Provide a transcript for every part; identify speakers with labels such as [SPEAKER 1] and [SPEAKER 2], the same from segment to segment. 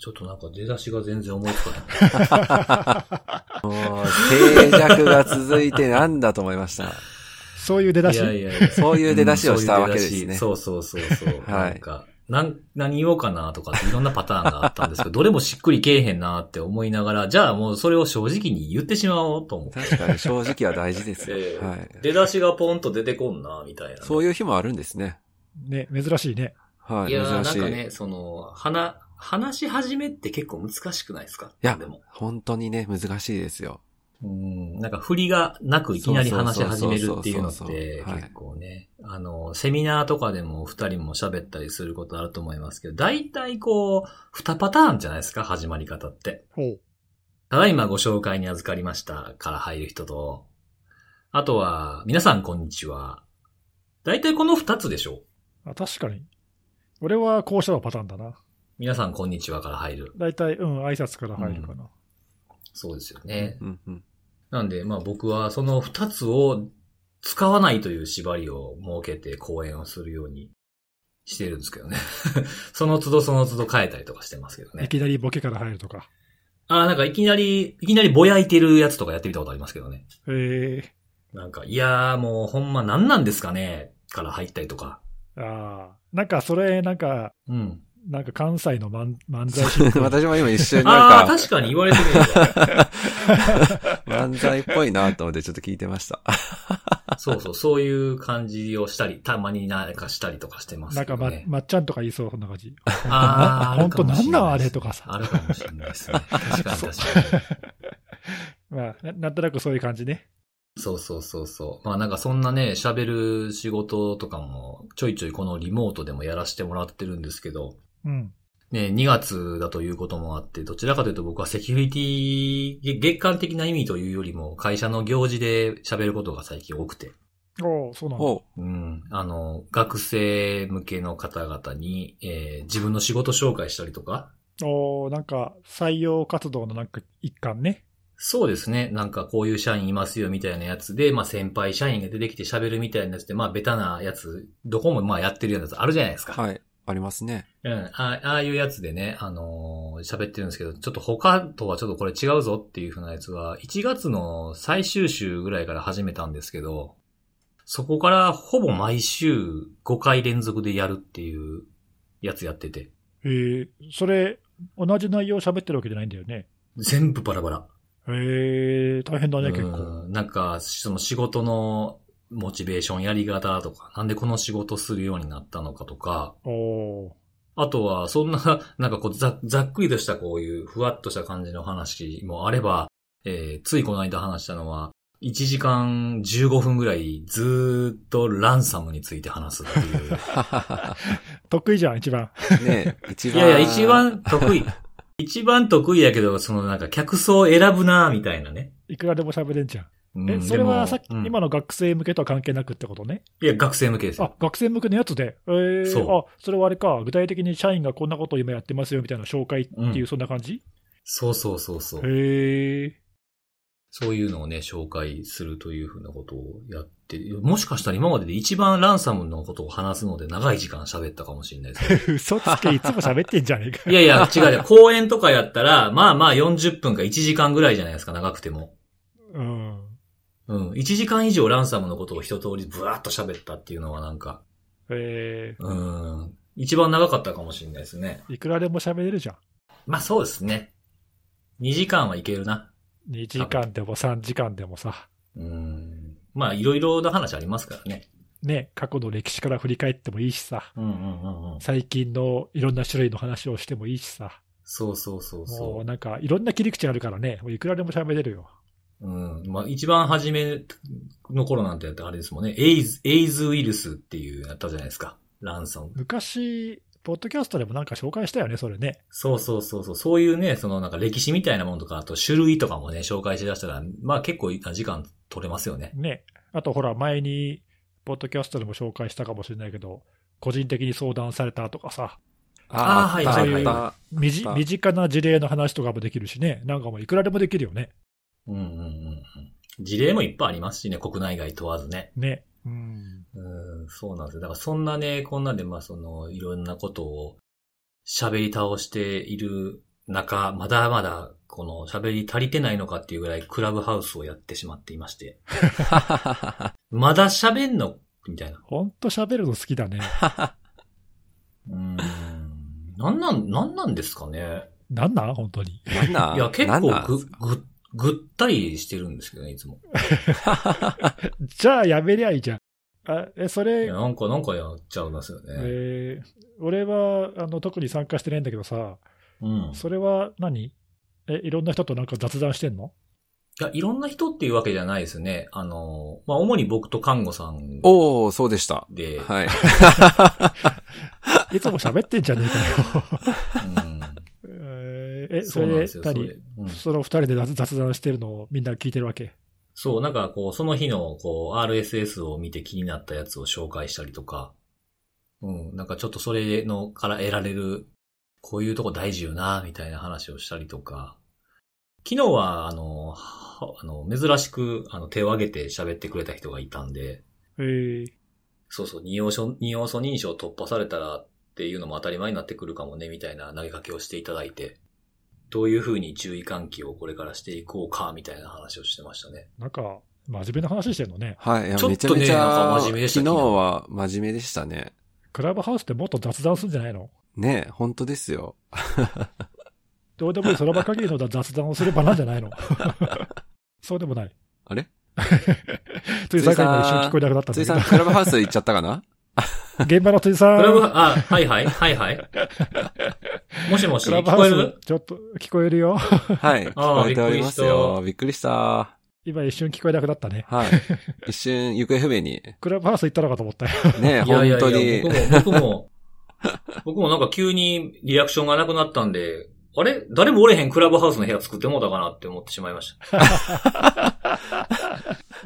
[SPEAKER 1] ちょっとなんか出だしが全然思いつかない。
[SPEAKER 2] もう、静寂が続いてなんだと思い ました。
[SPEAKER 3] そういう出だし
[SPEAKER 1] いやいやいや
[SPEAKER 2] そういう出だしをしたわけですね。
[SPEAKER 1] そうそうそうそう。
[SPEAKER 2] は
[SPEAKER 1] な
[SPEAKER 2] い
[SPEAKER 1] んか、なん、何言おうかなとかっていろんなパターンがあったんですけ ど、どれもしっくりけえへんなって思いながら、じゃあもうそれを正直に言ってしまおうと思って。
[SPEAKER 2] 確かに正直は大事ですよ。
[SPEAKER 1] ええ
[SPEAKER 2] はい。
[SPEAKER 1] 出だしがポンと出てこんな、みたいな。
[SPEAKER 2] そういう日もあるんですね。
[SPEAKER 3] ね、珍しいね。
[SPEAKER 2] はい。
[SPEAKER 1] いやー
[SPEAKER 2] 珍
[SPEAKER 1] なん
[SPEAKER 2] しい。
[SPEAKER 1] かね、その、話、話し始めって結構難しくないですか
[SPEAKER 2] いや
[SPEAKER 1] でも。
[SPEAKER 2] 本当にね、難しいですよ。
[SPEAKER 1] うん、なんか振りがなくいきなり話し始めるっていうのっ
[SPEAKER 2] そうそうそう
[SPEAKER 1] て
[SPEAKER 2] そうはい
[SPEAKER 1] 結構ね、あの、セミナーとかでも二人も喋ったりすることあると思いますけど、大体こう、二パターンじゃないですか、始まり方って。
[SPEAKER 3] ほう。
[SPEAKER 1] ただいまご紹介に預かりましたから入る人と、あとは、皆さんこんにちは。大体この二つでしょ
[SPEAKER 3] あ確かに。俺はこうしたのパターンだな。
[SPEAKER 1] 皆さんこんにちはから入る。
[SPEAKER 3] だいたい、うん、挨拶から入るかな。
[SPEAKER 1] そうですよね。
[SPEAKER 2] うん うん。
[SPEAKER 1] なんで、まあ僕はその二つを使わないという縛りを設けて講演をするようにしてるんですけどね。 その都度その都度変えたりとかしてますけど
[SPEAKER 3] い
[SPEAKER 1] ね。
[SPEAKER 3] きなりボケから入るとか。
[SPEAKER 1] ああ、なんかいきなり、いきなりぼやいてるやつとかやってみたことありますけどね。
[SPEAKER 3] え
[SPEAKER 1] なんか、いやーもうほんま何なんですかねから入ったりとか。
[SPEAKER 3] えああ。なんかそれ、なんか、
[SPEAKER 1] うん。
[SPEAKER 3] なんか関西の 漫漫才師
[SPEAKER 2] 私も今一瞬
[SPEAKER 1] あ
[SPEAKER 2] な
[SPEAKER 1] あ、
[SPEAKER 2] んか、
[SPEAKER 1] 確かに言われてみれば。
[SPEAKER 2] 漫才っぽいなと思ってちょっと聞いて ました。
[SPEAKER 1] そうそう、そういう感じをしたり、たまになんかしたりとかしてます
[SPEAKER 3] なん
[SPEAKER 1] け
[SPEAKER 3] か
[SPEAKER 1] ど
[SPEAKER 3] ま
[SPEAKER 1] ね。、
[SPEAKER 3] まっちゃんとか言いそう、そんな感じ。
[SPEAKER 1] あー
[SPEAKER 3] 本当
[SPEAKER 1] あるかも
[SPEAKER 3] な
[SPEAKER 1] しれ
[SPEAKER 3] ん
[SPEAKER 1] ない
[SPEAKER 3] なんあれとかさ。
[SPEAKER 1] あるかもしれないですね。確かに確かに。
[SPEAKER 3] まあ、ななんとなくそういう感じね。
[SPEAKER 1] そうそうそうそう。まあなんかそんなね、喋る仕事とかもちょいちょいこのリモートでもやらせてもらってるんですけど、
[SPEAKER 3] うん。
[SPEAKER 1] ね、2月だということもあって、どちらかというと僕はセキュリティ、げ月間的な意味というよりも会社の行事で喋ることが最近多くて。
[SPEAKER 3] おおそうなんだ。
[SPEAKER 2] ほ
[SPEAKER 1] うん。あの、学生向けの方々に、えー自分の仕事紹介したりとか、
[SPEAKER 3] おおなんか、採用活動のなんか一環ね。
[SPEAKER 1] そうですね。なんかこういう社員いますよみたいなやつで、まあ先輩社員が出てきて喋るみたいなやつで、まあベタなやつ、どこもまあやってるようなやつあるじゃないです
[SPEAKER 2] う。
[SPEAKER 1] か。
[SPEAKER 2] はい。あります ね。
[SPEAKER 1] うん。あああいうやつでね、あのー喋ってるんですけど、ちょっと他とはちょっとこれ違うぞっていう風なやつは、1月の最終週ぐらいから始めたんですけど、そこからほぼ毎週5回連続でやるっていうやつやってて、
[SPEAKER 3] ええそれ、同じ内容喋ってるわけじゃないんだよね。
[SPEAKER 1] 全部バラバラ。
[SPEAKER 3] ええ大変だね、結構。
[SPEAKER 1] うんなんか、その仕事のモチベーションやり方とか、なんでこの仕事するようになったのかとか、
[SPEAKER 3] おお
[SPEAKER 1] あとは、そんな、 なんかこうざ、ざっくりとしたこういう、ふわっとした感じの話もあれば、えーついこの間話したのは、1時間15分ぐらいずーっとランサムについて話すっていう。
[SPEAKER 3] 得意じゃん、一番。
[SPEAKER 2] ね一
[SPEAKER 1] い
[SPEAKER 2] 番。
[SPEAKER 1] やいや、一。番得意。一番得意やけど、そのなんか客層を選ぶな、みたいなね。
[SPEAKER 3] いくらでも喋れんじゃん。
[SPEAKER 1] うん
[SPEAKER 3] え、それはさっき、
[SPEAKER 1] でもうん
[SPEAKER 3] 今の学生向けとは関係なくってことね。
[SPEAKER 1] いや、学生向けですよ
[SPEAKER 3] あ、学生向けのやつで。えー、
[SPEAKER 1] そ
[SPEAKER 3] あ、それはあれか、具体的に社員がこんなことを今やってますよみたいな紹介っていう、
[SPEAKER 1] うん
[SPEAKER 3] そんな感じ
[SPEAKER 1] そうそうそうそう。
[SPEAKER 3] へえ。
[SPEAKER 1] そういうのをね、紹介するというふうなことをやって、もしかしたら今までで一番ランサムのことを話すので長い時間喋ったかもしれないですね。
[SPEAKER 3] 嘘つけ、いつも喋ってんじゃねえ か。
[SPEAKER 1] いやいや、違う違う。公演とかやったら、まあまあ40分か1時間ぐらいじゃないですか、長くても。
[SPEAKER 3] うん。
[SPEAKER 1] うん。1時間以上ランサムのことを一通りブワーッと喋ったっていうのはなんか、
[SPEAKER 3] え
[SPEAKER 1] うん。一番長かったかもしれないですね。
[SPEAKER 3] ー、いくらでも喋れるじゃん。
[SPEAKER 1] まあそうですね。2時間はいけるな。
[SPEAKER 3] 2時間でも3時間でもさ。
[SPEAKER 1] うん。まあいろいろな話ありますからね。
[SPEAKER 3] ね、過去の歴史から振り返ってもいいしさ。
[SPEAKER 1] うんうんうんうん。
[SPEAKER 3] 最近のいろんな種類の話をしてもいいしさ。
[SPEAKER 1] そうそうそうそう
[SPEAKER 3] もう。なんか、いろんな切り口あるからね、もういくらでも喋れるよ。
[SPEAKER 1] うん。まあ、一番初めの頃なんてあれですもんね。エイズ、エイズウイルスっていうやったじゃないですか。ランソン。
[SPEAKER 3] 昔、ポッドキャストでもなんか紹介したよね、それね。
[SPEAKER 1] そうそうそうそう。そういうね、そのなんか歴史みたいなものとか、あと種類とかもね、紹介しだしたら、まあ結構時間取れますよね。
[SPEAKER 3] ね。あとほら、前に、ポッドキャストでも紹介したかもしれないけど、個人的に相談されたとかさ、
[SPEAKER 1] あーはい
[SPEAKER 2] った
[SPEAKER 3] はい
[SPEAKER 2] あった
[SPEAKER 3] 身じ身近な事例の話とかもできるしね、なんかもういくらでもできるよね。
[SPEAKER 1] うんうんうんうん。事例もいっぱいありますしね、国内外問わずね。
[SPEAKER 3] ね。うん。
[SPEAKER 1] うん、そうなんですよ。だからそんなね、こんなんで、まあその、いろんなことを喋り倒している中、まだまだ、この喋り足りてないのかっていうぐらいクラブハウスをやってしまっていま して。まだ喋んのみたいな。
[SPEAKER 3] ほんと喋るの好きだね。
[SPEAKER 1] うーん。なんなん、なんなんですかね。
[SPEAKER 3] なんなん本当に。
[SPEAKER 2] なんない
[SPEAKER 1] や、結
[SPEAKER 2] なんな
[SPEAKER 1] 構
[SPEAKER 2] ん
[SPEAKER 1] ぐ、ぐ、ぐったりしてるんですけどね、いつも。
[SPEAKER 3] じゃあやめりゃいいじゃん。あえ、そ
[SPEAKER 1] い
[SPEAKER 3] れ
[SPEAKER 1] や、なんか、なんかやっちゃいますよね。
[SPEAKER 3] えー俺はあの特に参加してないんだけどさ、
[SPEAKER 1] うん。
[SPEAKER 3] それは何え、いろんな人となんか雑談してんの
[SPEAKER 1] いや、いろんな人っていうわけじゃないですね。あの、まあ、主に僕と看護さん
[SPEAKER 2] おー、そうでした。
[SPEAKER 1] で、
[SPEAKER 2] はい。
[SPEAKER 3] いつも喋ってんじゃねえかよ。
[SPEAKER 1] うん、
[SPEAKER 3] えーえ、そ
[SPEAKER 1] そうなん
[SPEAKER 3] れ
[SPEAKER 1] です
[SPEAKER 3] で
[SPEAKER 1] よ、そ
[SPEAKER 3] 何
[SPEAKER 1] れ。うん
[SPEAKER 3] その二人で雑雑談してるのをみんな聞いてるわけ。
[SPEAKER 1] そう、なんかこう、その日のこう、RSS を見て気になったやつを紹介したりとか、うん、なんかちょっとそれのから得られる、こういうとこ大事よな、みたいな話をしたりとか、昨日は、あの、はあの、珍しく、あの、手を挙げて喋ってくれた人がいたんで、
[SPEAKER 3] えー
[SPEAKER 1] そうそう、二要素、二要素認証突破されたらっていうのも当たり前になってくるかもね、みたいな投げかけをしていただいて、どういうふうに注意喚起をこれからしていこうか、みたいな話をしてましたね。
[SPEAKER 3] なんか、真面目な話してんのね。
[SPEAKER 2] はい。いや
[SPEAKER 1] ちょ
[SPEAKER 2] め
[SPEAKER 1] っ
[SPEAKER 2] ちゃ
[SPEAKER 1] とね
[SPEAKER 2] めち
[SPEAKER 1] なん
[SPEAKER 2] ゃ、
[SPEAKER 1] か真面目でした
[SPEAKER 2] 昨日は真面目でしたね。
[SPEAKER 3] クラブハウスってもっと雑談するんじゃないの
[SPEAKER 2] ね本当ですよ。
[SPEAKER 3] どうでもいいその場限りの雑談をすればなんじ ゃないのそうでもない。
[SPEAKER 2] あれ
[SPEAKER 3] つい最後にまで一瞬聞こえなくなったん
[SPEAKER 2] つ
[SPEAKER 3] だ
[SPEAKER 2] い
[SPEAKER 3] け
[SPEAKER 2] さん、クラブハウス行っちゃったか な
[SPEAKER 3] ど、現場の辻さん、
[SPEAKER 1] クラブハ、あ、はいはい、はいはい。もしもし、
[SPEAKER 3] クラブ
[SPEAKER 1] 聞
[SPEAKER 3] ハ
[SPEAKER 1] こえ
[SPEAKER 3] ウ
[SPEAKER 1] る
[SPEAKER 3] ス、ちょっと聞こえるよ。
[SPEAKER 2] はい。聞こえておりますよ。びっくりした。
[SPEAKER 3] 今一瞬聞こえなくなったね。
[SPEAKER 2] はい。一瞬、行方不明に。
[SPEAKER 3] クラブハウス行ったのかと思ったよ。
[SPEAKER 2] ね
[SPEAKER 1] いやい
[SPEAKER 2] 本当
[SPEAKER 1] やい
[SPEAKER 2] に。
[SPEAKER 1] や、僕も、僕も、僕もなんか急にリアクションがなくなったんで、あれ誰もおれへんクラブハウスの部屋作ってもうたかなって思ってしまいました。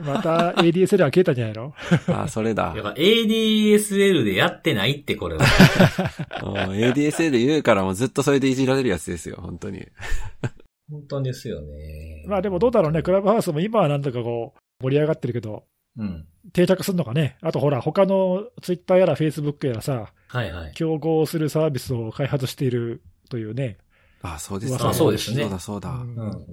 [SPEAKER 3] また ADSL は消えたんじゃないの
[SPEAKER 2] あ、それだ
[SPEAKER 1] だ。から ADSL でやってないってこれは。
[SPEAKER 2] うん ADSL 言うからもうずっとそれでいじられるやつですよ、本当に。
[SPEAKER 1] 本当ですよね。
[SPEAKER 3] まあでもどうだろうね、クラブハウスも今はなんとかこう、盛り上がってるけど、
[SPEAKER 1] うん。
[SPEAKER 3] 定着するのかね。あとほら、他の Twitter やら Facebook やらさ、
[SPEAKER 1] はいはい。
[SPEAKER 3] 競合するサービスを開発しているというね、
[SPEAKER 2] あ、そうです
[SPEAKER 3] あそう
[SPEAKER 1] ですね
[SPEAKER 2] そうだ、そう
[SPEAKER 3] う
[SPEAKER 2] だ。
[SPEAKER 1] うんん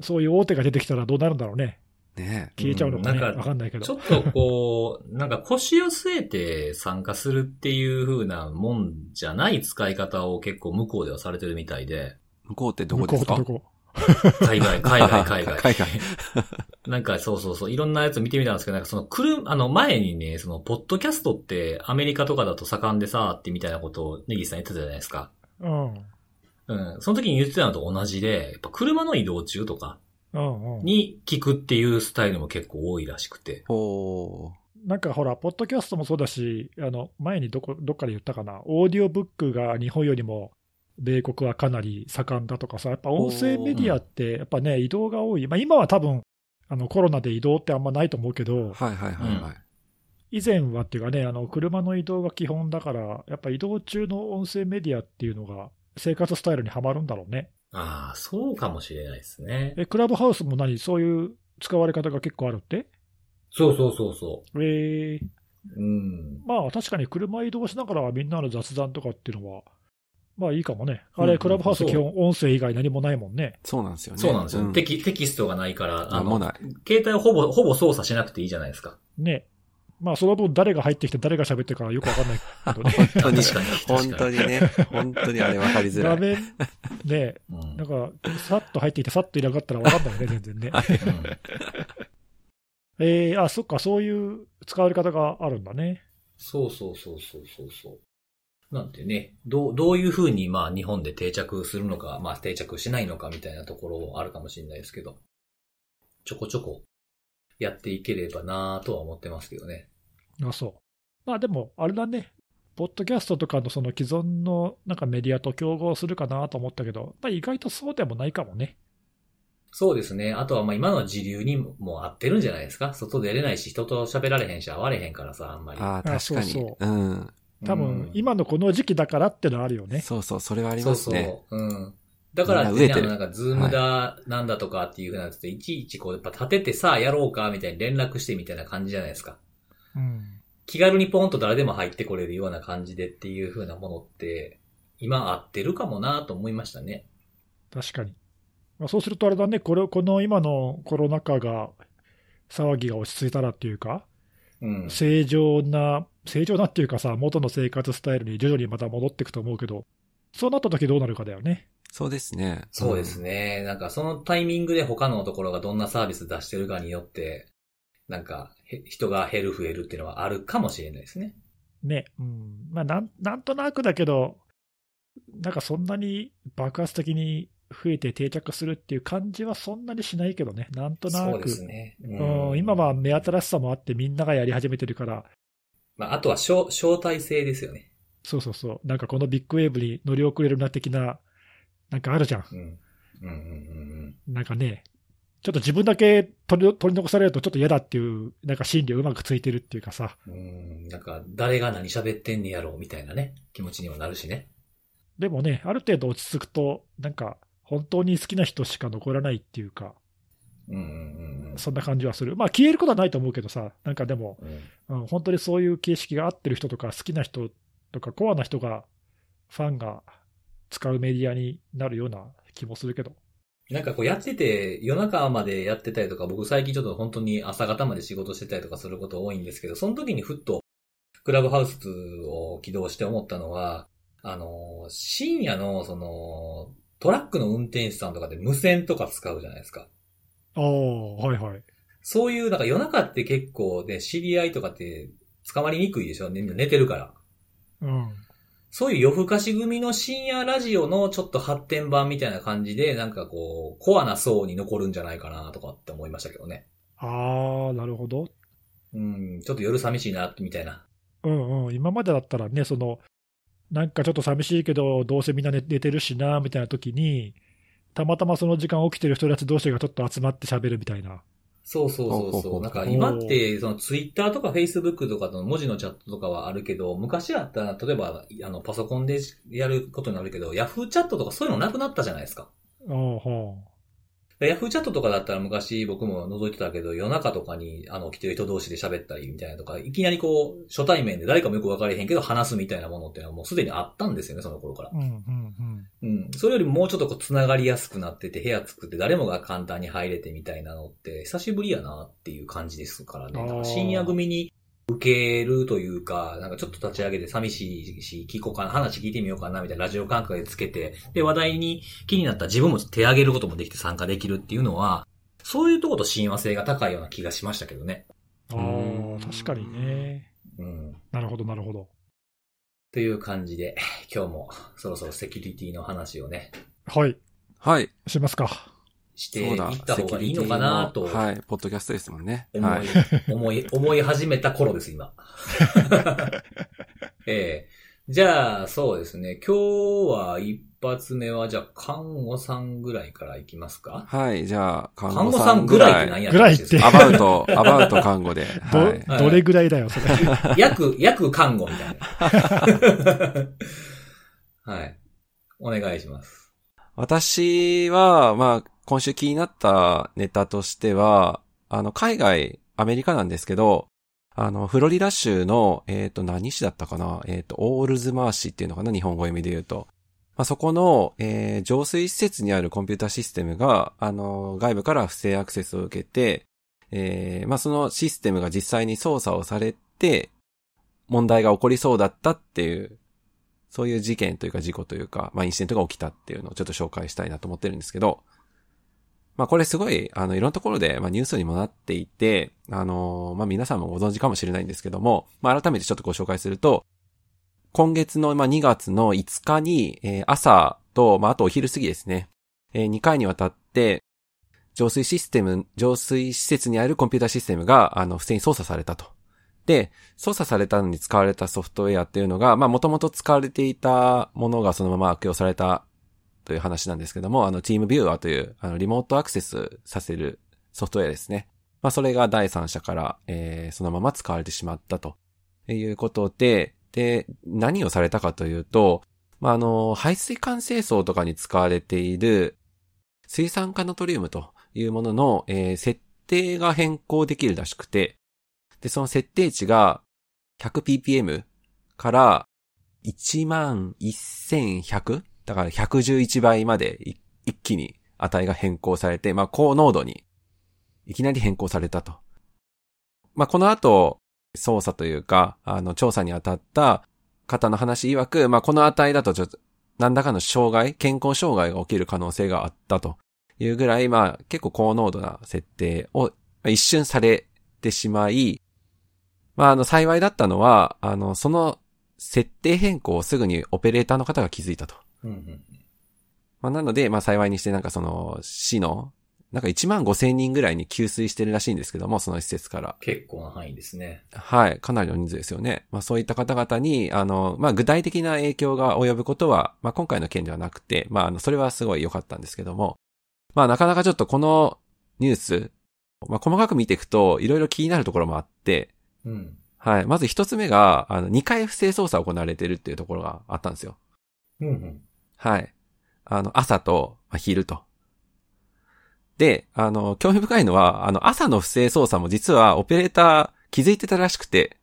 [SPEAKER 3] そういう大手が出てきたらどうなるんだろうね。
[SPEAKER 2] ね
[SPEAKER 3] 消えちゃうのかね。
[SPEAKER 1] うんな
[SPEAKER 3] わ
[SPEAKER 1] んか
[SPEAKER 3] かんないけ
[SPEAKER 1] ちょ
[SPEAKER 3] ど。
[SPEAKER 1] っとこう、なんか腰を据えて参加するっていう風なもんじゃない使い方を結構向こうではされてるみたい で、
[SPEAKER 2] 向こうってどこですか
[SPEAKER 3] 向こうって
[SPEAKER 1] 海外、海外、海外。
[SPEAKER 2] 海外。
[SPEAKER 1] なんかそうそうそう、いろんなやつ見てみたんですけど、なんかその車、あの前にね、そのポッドキャストってアメリカとかだと盛んでさ、ってみたいなことをネギさん言ってたじゃないですか。
[SPEAKER 3] どこ
[SPEAKER 1] うん。その時に言ってたのと同じで、やっぱ車の移動中とか
[SPEAKER 3] うん。うんうん。
[SPEAKER 1] に聞くっていうスタイルも結構多いらしくて。
[SPEAKER 2] おー。
[SPEAKER 3] なんかほら、ポッドキャストもそうだし、あの、前にどこ、どっかで言ったかな、オーディオブックが日本よりも、米国はかなり盛んだとかさ、やっぱ音声メディアって、やっぱね、移動が多い。まあ今は多分、あの、コロナで移動ってあんまないと思うけど、
[SPEAKER 2] はいはいはいはい。
[SPEAKER 3] 以前はっていうかね、あの、車の移動が基本だから、やっぱ移動中の音声メディアっていうのが、生活スタイルにはまるんだろうね。
[SPEAKER 1] ああ、そうかもしれないですね。
[SPEAKER 3] え、クラブハウスも何そういう使われ方が結構あるって
[SPEAKER 1] そうそうそうそ
[SPEAKER 3] えー、
[SPEAKER 1] う。うん。
[SPEAKER 3] まあ確かに車移動しながらはみんなの雑談とかっていうのは、まあいいかもね。
[SPEAKER 1] うん
[SPEAKER 3] あれ、クラブハウス
[SPEAKER 1] そう
[SPEAKER 3] 基本音声以外何もないもんね。
[SPEAKER 2] そうなんですよね。
[SPEAKER 1] そうなんですよ。テ
[SPEAKER 2] 敵
[SPEAKER 1] キテキストがないから、あ
[SPEAKER 2] なんも
[SPEAKER 1] の、
[SPEAKER 2] ない。
[SPEAKER 1] 携帯をほぼ、ほぼ操作しなくていいじゃないですか。
[SPEAKER 3] ね。まあその分誰が入ってきて誰が喋ってるかはよくわかんない けどね。
[SPEAKER 2] 本当に。
[SPEAKER 1] 確かに。確か
[SPEAKER 2] 本当にね。本当にあれ分かりづら
[SPEAKER 3] 画
[SPEAKER 2] い。
[SPEAKER 3] 面、ね、
[SPEAKER 1] うんうん
[SPEAKER 3] なんか、さっと入ってきてさっといなかったらわかんないよ ね、全然ね。えー、あ、そっか、そういう使われ方があるんだね。
[SPEAKER 1] そうそうそうそうそうそう。なんてね、どう、どういうふうに、まあ、日本で定着するのか、まあ、定着しないのかみたいなところあるかもしれないですけど、ちょこちょこやっていければなぁとは思ってますけどね。
[SPEAKER 3] あ、そう。まあでも、あれだね。ポッドキャストとかのその既存のなんかメディアと競合するかなと思ったけど、まあ意外とそうでもないかもね。
[SPEAKER 1] そうですね。あとは、まあ、今の時流にもも合ってるんじゃないですか。外出れないし、人と喋られへんし、会われへんからさ、あんまり。
[SPEAKER 2] ああ、確か
[SPEAKER 3] あそう
[SPEAKER 2] に
[SPEAKER 3] そ。
[SPEAKER 2] うん。
[SPEAKER 3] 多
[SPEAKER 1] うん
[SPEAKER 3] 分、今のこの時期だからってのはあるよね。
[SPEAKER 2] そうそう、それはありますね。
[SPEAKER 1] そうそう。うん。だからって
[SPEAKER 2] みん
[SPEAKER 1] ね、
[SPEAKER 2] な
[SPEAKER 1] あ
[SPEAKER 2] 飢えて
[SPEAKER 1] の、
[SPEAKER 2] る
[SPEAKER 1] なんか、ズームだ、なんだとかっていうふうなやつって、いちいちこう、やっぱ立ててさ、やろうか、みたいに連絡してみたいな感じじゃないですか。
[SPEAKER 3] うん。
[SPEAKER 1] 気軽にポンと誰でも入ってこれるような感じでっていうふうなものって、今合ってるかもなと思いましたね。
[SPEAKER 3] 確かに。まあ、そうするとあれだね、これこの今のコロナ禍が、騒ぎが落ち着いたらっていうか、
[SPEAKER 1] うん。
[SPEAKER 3] 正常な、正常なっていうかさ、元の生活スタイルに徐々にまた戻っていくと思うけど、そうなった時どうなるかだよね。
[SPEAKER 2] そうですね。
[SPEAKER 1] そうですね。なんかそのタイミングで他のところがどんなサービス出してるかによって、なんかへ人が減る増えるっていうのはあるかもしれないですね。
[SPEAKER 3] ね。うん。まあ、なん、なんとなくだけど、なんかそんなに爆発的に増えて定着するっていう感じはそんなにしないけどね。なんとな
[SPEAKER 1] そうで
[SPEAKER 3] く。
[SPEAKER 1] すね。
[SPEAKER 3] うん今は目新しさもあってみんながやり始めてるから、
[SPEAKER 1] まあ、あとは招招待制ですよね。
[SPEAKER 3] そうそうそう。なんかこのビッグウェーブに乗り遅れるな的な、なんかあるじゃん。
[SPEAKER 1] うん。うんうんうん
[SPEAKER 3] なんかね、ちょっと自分だけ取り取り残されるとちょっと嫌だっていう、なんか心理をうまくついてるっていうかさ。
[SPEAKER 1] うん。うん。なんか、誰が何喋ってんねやろうみたいなね、気持ちにもなるしね。
[SPEAKER 3] でもね、ある程度落ち着くと、なんか本当に好きな人しか残らないっていうか、
[SPEAKER 1] うんうんうんうん。
[SPEAKER 3] そんな感じはする。まあ消えることはないと思うけどさ、なんかでも、
[SPEAKER 1] うん
[SPEAKER 3] うん、本当にそういう形式が合ってる人とか、好きな人とか、コアな人が、ファンが使うメディアになるような気もするけど。
[SPEAKER 1] なんかこうやってて、夜中までやってたりとか、僕最近ちょっと本当に朝方まで仕事してたりとかすること多いんですけど、その時にふっと、クラブハウスを起動して思ったのは、あの、深夜の、その、トラックの運転手さんとかで無線とか使うじゃないですか。
[SPEAKER 3] ああ、はいはい。
[SPEAKER 1] そういう、なんか夜中って結構ね、知り合いとかって捕まりにくいでしょみんな寝てるから。
[SPEAKER 3] うん。
[SPEAKER 1] そういう夜更かし組の深夜ラジオのちょっと発展版みたいな感じで、なんかこう、コアな層に残るんじゃないかなとかって思いましたけどね。
[SPEAKER 3] ああ、なるほど。
[SPEAKER 1] うん、ちょっと夜寂しいな、みたいな。
[SPEAKER 3] うんうん。今までだったらね、その、なんかちょっと寂しいけど、どうせみんな寝寝てるしな、みたいな時に、たまたまその時間起きてる人たち同士がちょっと集まって喋るみたいな。
[SPEAKER 1] そうそうそうそう。
[SPEAKER 2] ほうほうほう
[SPEAKER 1] なんか今って、そのツイッターとかフェイスブックとかの文字のチャットとかはあるけど、昔だったら、例えば、あの、パソコンでやることになるけど、ヤフーチャットとかそういうのなくなったじゃないですか。
[SPEAKER 3] ああ、は
[SPEAKER 1] ヤフーチャットとかだったら昔僕も覗いてたけど、夜中とかに、あの、来てる人同士で喋ったりみたいなとか、いきなりこう、初対面で誰かもよくわかれへんけど話すみたいなものっていうのはもうすでにあったんですよね、その頃から
[SPEAKER 3] あ。。うんうんうん。
[SPEAKER 1] うん。それよりももうちょっとこう、繋がりやすくなってて、部屋作って誰もが簡単に入れてみたいなのって、久しぶりやなっていう感じですからね。
[SPEAKER 3] あー
[SPEAKER 1] なんか深夜組に受けるというか、なんかちょっと立ち上げて寂しいし、聞こうかな、話聞いてみようかな、みたいなラジオ感覚でつけて、で、話題に気になった自分も手上げることもできて参加できるっていうのは、そういうとこと親和性が高いような気がしましたけどね。
[SPEAKER 3] あ
[SPEAKER 2] うん
[SPEAKER 3] あ、確かにね。
[SPEAKER 1] うん。っ
[SPEAKER 3] なるほど、なるほど。
[SPEAKER 1] ていう感じで、今日もそろそろセキュリティの話をね、
[SPEAKER 3] はい、
[SPEAKER 2] はい。
[SPEAKER 3] しますか。
[SPEAKER 1] して
[SPEAKER 2] そ
[SPEAKER 1] いうっ
[SPEAKER 2] だ。
[SPEAKER 1] た方がいいのかなと
[SPEAKER 2] セキュリティのはい。ポッドキャストですもんね。
[SPEAKER 1] 思い、
[SPEAKER 2] はい。
[SPEAKER 1] 思い、思い始めた頃です、今。ええじゃあ、そうですね。今日は一発目は、じゃあ、看護さんぐらいからいきますか
[SPEAKER 2] はい。じゃあ、看
[SPEAKER 1] 看護さんぐらいって何や
[SPEAKER 3] ぐらいって
[SPEAKER 2] アバウト、アバウト看護で。
[SPEAKER 3] ど、
[SPEAKER 2] はい。
[SPEAKER 1] はい
[SPEAKER 3] どれぐらいだよ、それ。
[SPEAKER 1] 約、約看護みたいな。はい。お願いします。
[SPEAKER 2] 私は、まあ、今週気になったネタとしては、あの、海外、アメリカなんですけど、あの、フロリダ州の、えっ、と、何市だったかなえっ、と、オールズマー市っていうのかな日本語読みで言うと。まあ、そこの、えー浄水施設にあるコンピュータシステムが、あの、外部から不正アクセスを受けて、えーまあ、そのシステムが実際に操作をされて、問題が起こりそうだったっていうそういう事件というか事故というか、まあインシデントが起きたっていうのをちょっと紹介したいなと思ってるんですけど、まあこれすごい、あの、いろんなところで、まあニュースにもなっていて、あのーまあ皆さんもご存知かもしれないんですけども、まあ改めてちょっとご紹介すると、今月の、まあ2月の5日に、えー朝と、まああとお昼過ぎですね、え2回にわたって、浄水システム、浄水施設にあるコンピュータシステムが、あの、不正に操作されたと。で、操作されたのに使われたソフトウェアっていうのが、まあもともと使われていたものがそのまま悪用されたという話なんですけども、あの、チームビューアーという、あの、リモートアクセスさせるソフトウェアですね。まあそれが第三者から、えー、そのまま使われてしまったということで、で、何をされたかというと、まああの、排水管清掃とかに使われている水酸化ナトリウムというものの、えー、設定が変更できるらしくて、で、その設定値が 100ppm から11100だから111倍までい一気に値が変更されて、まあ、高濃度に、いきなり変更されたと。まあ、この後、捜査というか、あの、調査に当たった方の話曰く、まあ、この値だとちょっと、何らかの障害、健康障害が起きる可能性があったというぐらい、まあ、結構高濃度な設定をまあ一瞬されてしまい、まあ、あの、幸いだったのは、あの、その設定変更をすぐにオペレーターの方が気づいたと。
[SPEAKER 1] うんうん。
[SPEAKER 2] まあ、なので、まあ、幸いにして、なんかその、市の、なんか1万5千人ぐらいに給水してるらしいんですけども、その施設から。
[SPEAKER 1] 結構な範囲ですね。
[SPEAKER 2] はい。かなりの人数ですよね。まあそういった方々に、あの、まあ具体的な影響が及ぶことは、まあ今回の件ではなくて、まああの、それはすごい良かったんですけども、まあなかなかちょっとこのニュース、まあ細かく見ていくと、いろいろ気になるところもあって、
[SPEAKER 1] うん。
[SPEAKER 2] はい。まず一つ目が、あの、2回不正捜査が行われてるっていうところがあったんですよ。
[SPEAKER 1] うんうん。
[SPEAKER 2] はい。あの、朝と、まあ昼と。で、あの、興味深いのは、あの、朝の不正操作も実はオペレーター気づいてたらしくて、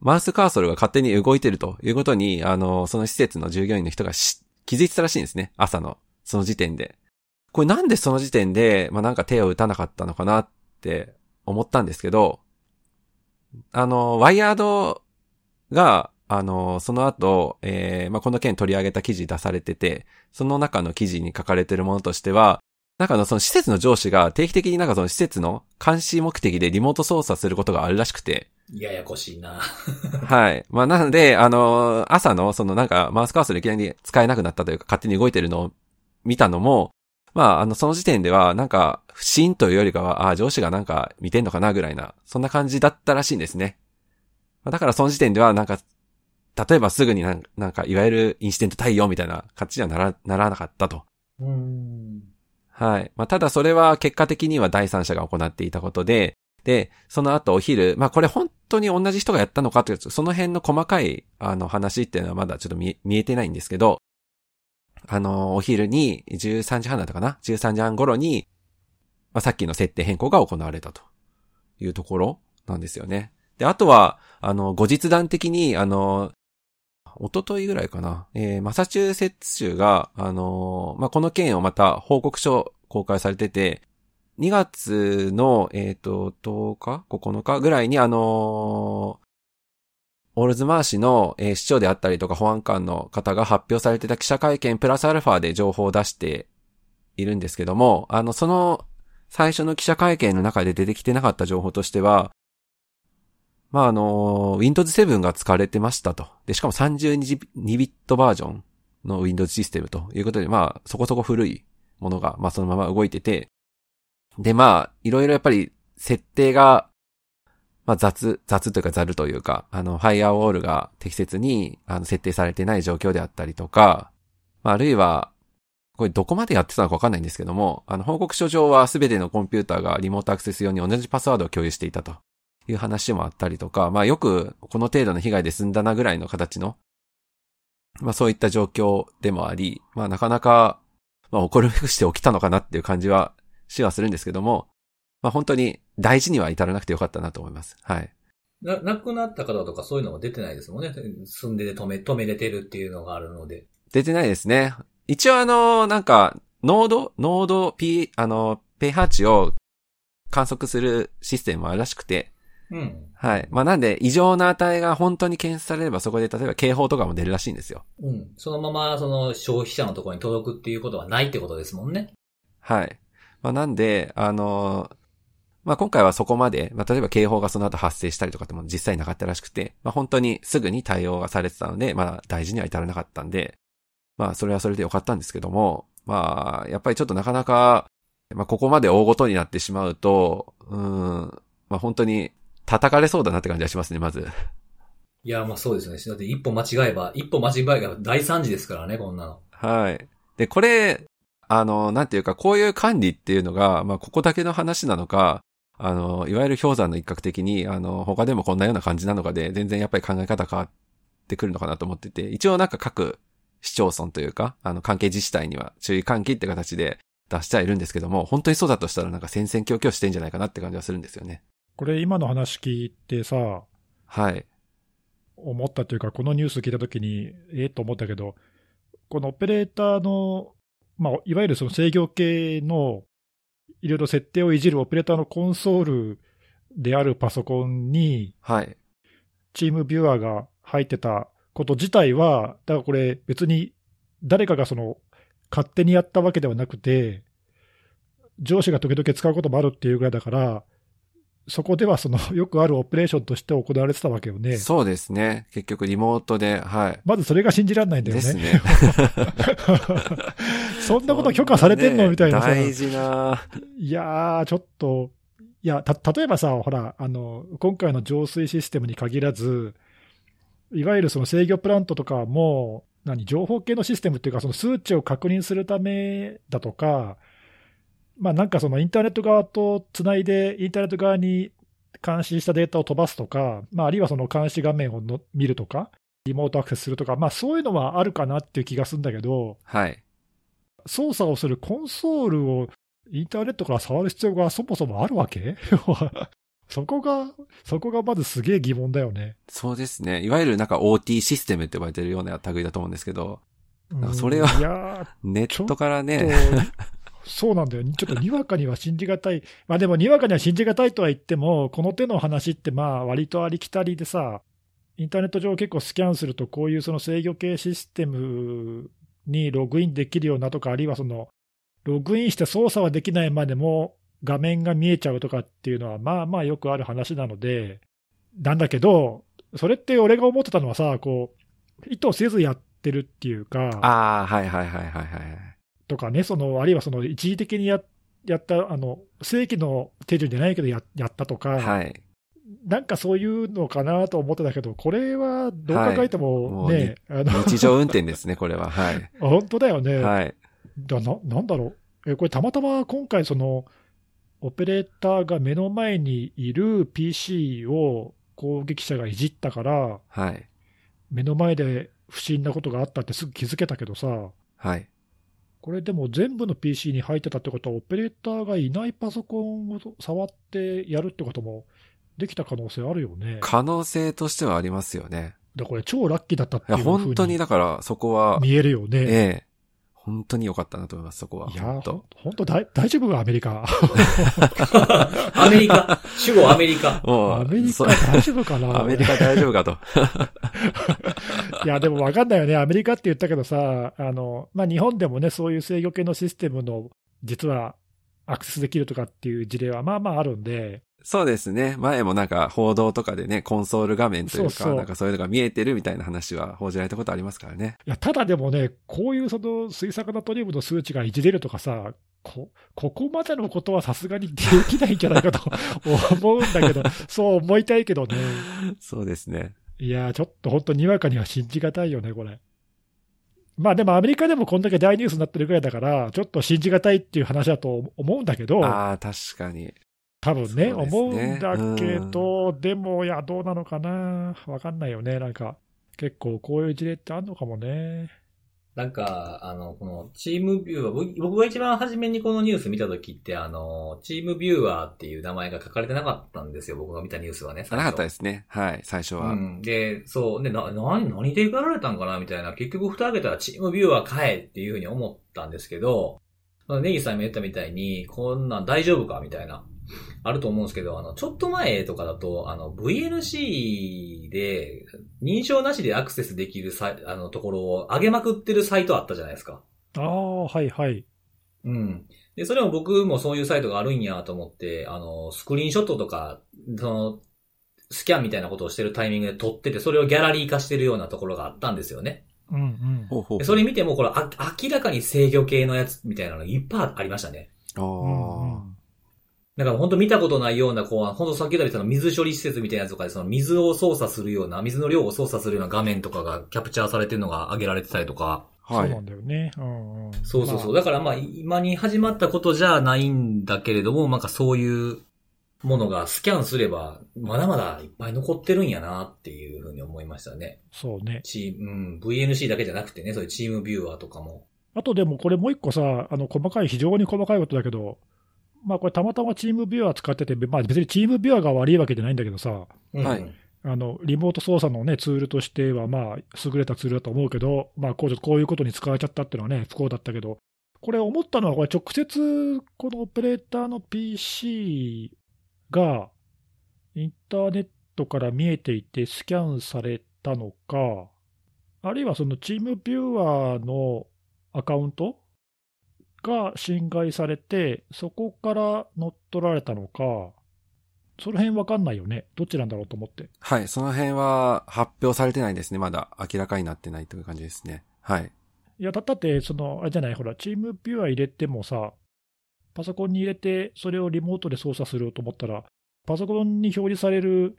[SPEAKER 2] マウスカーソルが勝手に動いてるということに、あの、その施設の従業員の人がし気づいてたらしいんですね。朝の、その時点で。これなんでその時点で、まあ、なんか手を打たなかったのかなって思ったんですけど、あの、ワイヤードが、あの、その後、えーまあ、この件取り上げた記事出されてて、その中の記事に書かれてるものとしては、なんかあのその施設の上司が定期的になんかその施設の監視目的でリモート操作することがあるらしくて、
[SPEAKER 1] ややこしいな。
[SPEAKER 2] はい。まあ、なので、あの、朝のそのなんかマウスカーソルいきなり使えなくなったというか勝手に動いてるのを見たのも、まあ、あの、その時点では、なんか、不審というよりかは、ああ、上司がなんか見てんのかなぐらいな、そんな感じだったらしいんですね。まあだからその時点では、なんか、例えばすぐになんなんか、いわゆるインシデント対応みたいな感じにはなら、ならなかったと。
[SPEAKER 1] うん。
[SPEAKER 2] はい。まあ、ただそれは結果的には第三者が行っていたことで、で、その後お昼、まあ、これ本当に同じ人がやったのかというと、その辺の細かい、あの、話っていうのはまだちょっと見え、見えてないんですけど、あの、お昼に13時半だったかな ?13 時半頃に、まあ、さっきの設定変更が行われたというところなんですよね。で、あとは、あの、後日談的に、あの、一昨日ぐらいかな、えーマサチューセッツ州が、あのーまあ、この件をまた報告書公開されてて、2月の、えっ、と、10日 ?9 日ぐらいに、あのーオールズマー市の、えー市長であったりとか保安官の方が発表されてた記者会見プラスアルファで情報を出しているんですけども、あの、その最初の記者会見の中で出てきてなかった情報としては、まあ、あの、Windows 7が使われてましたと。で、しかも32ビットバージョンの Windows システムということで、まあ、そこそこ古いものが、まあ、そのまま動いてて。で、まあ、いろいろやっぱり設定が、まあ、雑、雑というかざるというか、あの、ファイアウォールが適切に、あの、設定されてない状況であったりとか、まあ、あるいは、これどこまでやってたのかわかんないんですけども、あの、報告書上は全てのコンピューターがリモートアクセス用に同じパスワードを共有していたと。いう話もあったりとか、まあよくこの程度の被害で済んだなぐらいの形の、まあそういった状況でもあり、まあなかなか、まあ起こるべくして起きたのかなっていう感じはしはするんですけども、まあ本当に大事には至らなくてよかったなと思います。はい。
[SPEAKER 1] な、亡くなった方とかそういうのは出てないですもんね。住んでて止め、止めれてるっていうのがあるので。
[SPEAKER 2] 出てないですね。一応あの、なんか、濃度、濃度 P、あの、pH 値を観測するシステムもあるらしくて、
[SPEAKER 1] うん。
[SPEAKER 2] はい。まあなんで異常な値が本当に検出されればそこで例えば警報とかも出るらしいんですよ。
[SPEAKER 1] うん。そのまま、その消費者のところに届くっていうことはないってことですもんね。
[SPEAKER 2] はい。まあ、なんで、あのーまあ、今回はそこまで、まあ、例えば警報がその後発生したりとかっても実際なかったらしくて、まあ、本当にすぐに対応がされてたので、まあ、大事には至らなかったんで、まあ、それはそれで良かったんですけども、まあ、やっぱりちょっとなかなか、まあ、ここまで大ごとになってしまうと、うーん、まあ、本当に叩かれそうだなって感じがしますね、まず。
[SPEAKER 1] いや、まあそうですね。だって一歩間違えば、一歩間違えば大惨事ですからね、こんなの。
[SPEAKER 2] はい。で、これ、あの、なんていうか、こういう管理っていうのが、まあ、ここだけの話なのか、あの、いわゆる氷山の一角的に、あの、他でもこんなような感じなのかで、全然やっぱり考え方変わってくるのかなと思ってて、一応なんか各市町村というか、あの、関係自治体には注意喚起って形で出してはいるんですけども、本当にそうだとしたらなんか戦々恐々してんじゃないかなって感じはするんですよね。
[SPEAKER 3] これ、今の話聞いてさ、
[SPEAKER 2] はい。
[SPEAKER 3] 思ったというか、このニュース聞いたときに、ええと思ったけど、このオペレーターのまあ、いわゆるその制御系の、いろいろ設定をいじるオペレーターのコンソールであるパソコンに、
[SPEAKER 2] はい。
[SPEAKER 3] チームビューアーが入ってたこと自体は、だからこれ別に誰かがその勝手にやったわけではなくて、上司が時々使うこともあるっていうぐらいだから、そこではその よくあるオペレーションとして行われてたわけよね。
[SPEAKER 2] そうですね。結局リモートで、はい。
[SPEAKER 3] まずそれが信じられないんだよ
[SPEAKER 2] で
[SPEAKER 3] ね。
[SPEAKER 2] すね。
[SPEAKER 3] そんなこと許可されてんのみたいなさ。
[SPEAKER 2] 大事ない
[SPEAKER 3] やー、ちょっと、いや、た、例えばさ、ほら、あの、今回の浄水システムに限らず、いわゆるその制御プラントとかも、何、情報系のシステムっていうか、その数値を確認するためだとか、まあなんかそのインターネット側とつないで、インターネット側に監視したデータを飛ばすとか、まああるいはその監視画面をの見るとか、リモートアクセスするとか、まあそういうのはあるかなっていう気がするんだけど、
[SPEAKER 2] はい。
[SPEAKER 3] 操作をするコンソールをインターネットから触る必要がそもそもあるわけ そこが、そこがまずすげえ疑問だよね。
[SPEAKER 2] そうですね。いわゆるなんか OT システムって呼ばれてるような類だと思うんですけど、
[SPEAKER 3] うん
[SPEAKER 2] それはい
[SPEAKER 3] や
[SPEAKER 2] ネットから
[SPEAKER 3] ー
[SPEAKER 2] ね、
[SPEAKER 3] っと、そうなんだよ。ちょっとにわかには信じがたい。まあでもにわかには信じがたいとは言っても、この手の話ってまあ割とありきたりでさ、インターネット上結構スキャンするとこういうその制御系システムにログインできるようなとか、あるいはその、ログインして操作はできないまでも画面が見えちゃうとかっていうのは、まあまあよくある話なので、なんだけど、それって俺が思ってたのはさ、こう、意図せずやってるっていうか、
[SPEAKER 2] ああ、はいはいはいはいはい。
[SPEAKER 3] とかね、その、あるいはその一時的にややった、あの、正規の手順じゃないけどややったとか、
[SPEAKER 2] はい。
[SPEAKER 3] なんかそういうのかなと思ってたけど、これはどう考えても
[SPEAKER 2] はい
[SPEAKER 3] ね、あの、
[SPEAKER 2] 日常運転ですね、これは。はい。
[SPEAKER 3] 本当だよね。
[SPEAKER 2] はい。
[SPEAKER 3] だななんだろう、えこれ、たまたま今回、そのオペレーターが目の前にいる PC を攻撃者がいじったから、
[SPEAKER 2] はい。
[SPEAKER 3] 目の前で不審なことがあったってすぐ気づけたけどさ、
[SPEAKER 2] はい。
[SPEAKER 3] これでも全部の PC に入ってたってことは、オペレーターがいないパソコンを触ってやるってこともできた可能性あるよね。
[SPEAKER 2] 可能性としてはありますよね。
[SPEAKER 3] だからこれ、超ラッキーだったっ
[SPEAKER 2] い
[SPEAKER 3] てい
[SPEAKER 2] や、
[SPEAKER 3] うふう
[SPEAKER 2] 本当に
[SPEAKER 3] に
[SPEAKER 2] だから、そこは、
[SPEAKER 3] 見えるよ
[SPEAKER 2] え
[SPEAKER 3] ね。
[SPEAKER 2] え、本当に良かったなと思います、そこは。
[SPEAKER 3] いや
[SPEAKER 2] 本
[SPEAKER 3] ー、
[SPEAKER 2] 当
[SPEAKER 3] 本当大大丈夫か、アメリカ。
[SPEAKER 1] アメリカ。主語アメリカ。
[SPEAKER 2] もう、
[SPEAKER 3] アメリカ
[SPEAKER 2] そう
[SPEAKER 3] 大丈夫かな。
[SPEAKER 2] アメリカ大丈夫かと。
[SPEAKER 3] いや、でも分かんないよね、アメリカって言ったけどさ、あのまあ、日本でもね、そういう制御系のシステムの、実はアクセスできるとかっていう事例はまあまああるんで、
[SPEAKER 2] そうですね。前もなんか報道とかでね、コンソール画面というか、
[SPEAKER 3] そうそう
[SPEAKER 2] なんかそういうのが見えてるみたいな話は報じられたことありますからね。
[SPEAKER 3] いやただでもね、こういうその水酸化ナトリウムの数値がいじれるとかさ、こここまでのことはさすがにできないんじゃないかと思うんだけど、 そう思いたいけどね、
[SPEAKER 2] そうですね。
[SPEAKER 3] いや、ちょっと本当、にわかには信じがたいよね、これ。まあでもアメリカでもこんだけ大ニュースになってるぐらいだから、ちょっと信じがたいっていう話だと思うんだけど、
[SPEAKER 2] ああ、確かに。
[SPEAKER 3] 多分ね、
[SPEAKER 2] そうですね
[SPEAKER 3] 思うんだけど、でも、いや、どうなのかな、わかんないよね、なんか、結構こういう事例ってあるのかもね。
[SPEAKER 1] なんか、あの、このチームビューアー僕、僕が一番初めにこのニュース見た時って、あの、チームビューアーっていう名前が書かれてなかったんですよ、僕が見たニュースはね。。
[SPEAKER 2] なかったですすね。はい、最初は。
[SPEAKER 1] うん。で、そう、で、な、何、何でやられたんかなみたいな、結局蓋開けたらチームビューアーかえっていうふうに思ったんですけど、まあネギさんも言ったみたいに、こんなん大丈夫かみたいな、あると思うんですけど、あの、ちょっと前とかだと、あの、VNC で、認証なしでアクセスできるサイあの、ところを上げまくってるサイトあったじゃないですか。
[SPEAKER 3] ああ、はいはい。
[SPEAKER 1] うん。で、それも僕もそういうサイトがあるんやと思って、あの、スクリーンショットとか、その、スキャンみたいなことをしてるタイミングで撮ってて、それをギャラリー化してるようなところがあったんですよね。
[SPEAKER 3] うんうん。
[SPEAKER 2] ほうほうほう
[SPEAKER 1] でそれ見ても、これ、あ明らかに制御系のやつみたいなのがいっぱいありましたね。
[SPEAKER 2] あー
[SPEAKER 1] だから本当見たことないような、こう、本当さっき言ったような水処理施設みたいなやつとかで、その水を操作するような、水の量を操作するような画面とかがキャプチャーされてるのが上げられてたりとか、
[SPEAKER 3] そう
[SPEAKER 2] は
[SPEAKER 3] ないん。だよね。うんうん、
[SPEAKER 1] そうそうそう。
[SPEAKER 3] ま
[SPEAKER 1] だ
[SPEAKER 3] あ
[SPEAKER 1] からまあ、今に始まったことじゃないんだけれども、なんかそういうものがスキャンすれば、まだまだいっぱい残ってるんやなっていうふうに思いましたね。
[SPEAKER 3] そうね。
[SPEAKER 1] チーム、うん、VNC だけじゃなくてね、そういうチームビューアーとかも。
[SPEAKER 3] あとでもこれもう一個さ、あの細かい、非常に細かいことだけど、まあこれたまたまチームビューアー使ってて、まあ別にチームビューアーが悪いわけじゃないんだけどさ、
[SPEAKER 1] うん
[SPEAKER 2] はい
[SPEAKER 3] あのリモート操作の、ね、ツールとしては、まあ、優れたツールだと思うけど、まあ、こうこういうことに使われちゃったっていうのはね、不幸だったけど、これ思ったのは、これ直接、このオペレーターの PC が、インターネットから見えていてスキャンされたのか、あるいはそのチームビューアーのアカウントが侵害されて、そこから乗っ取られたのか、その辺わかんないよね。どっちなんだろうと思って。
[SPEAKER 2] はい、その辺は発表されてないですね。まだ明らかになってないという感じですね。はい。
[SPEAKER 3] いや、だだって、その、あれじゃない、ほら、チームビューアー入れてもさ、パソコンに入れて、それをリモートで操作すると思ったら、パソコンに表示される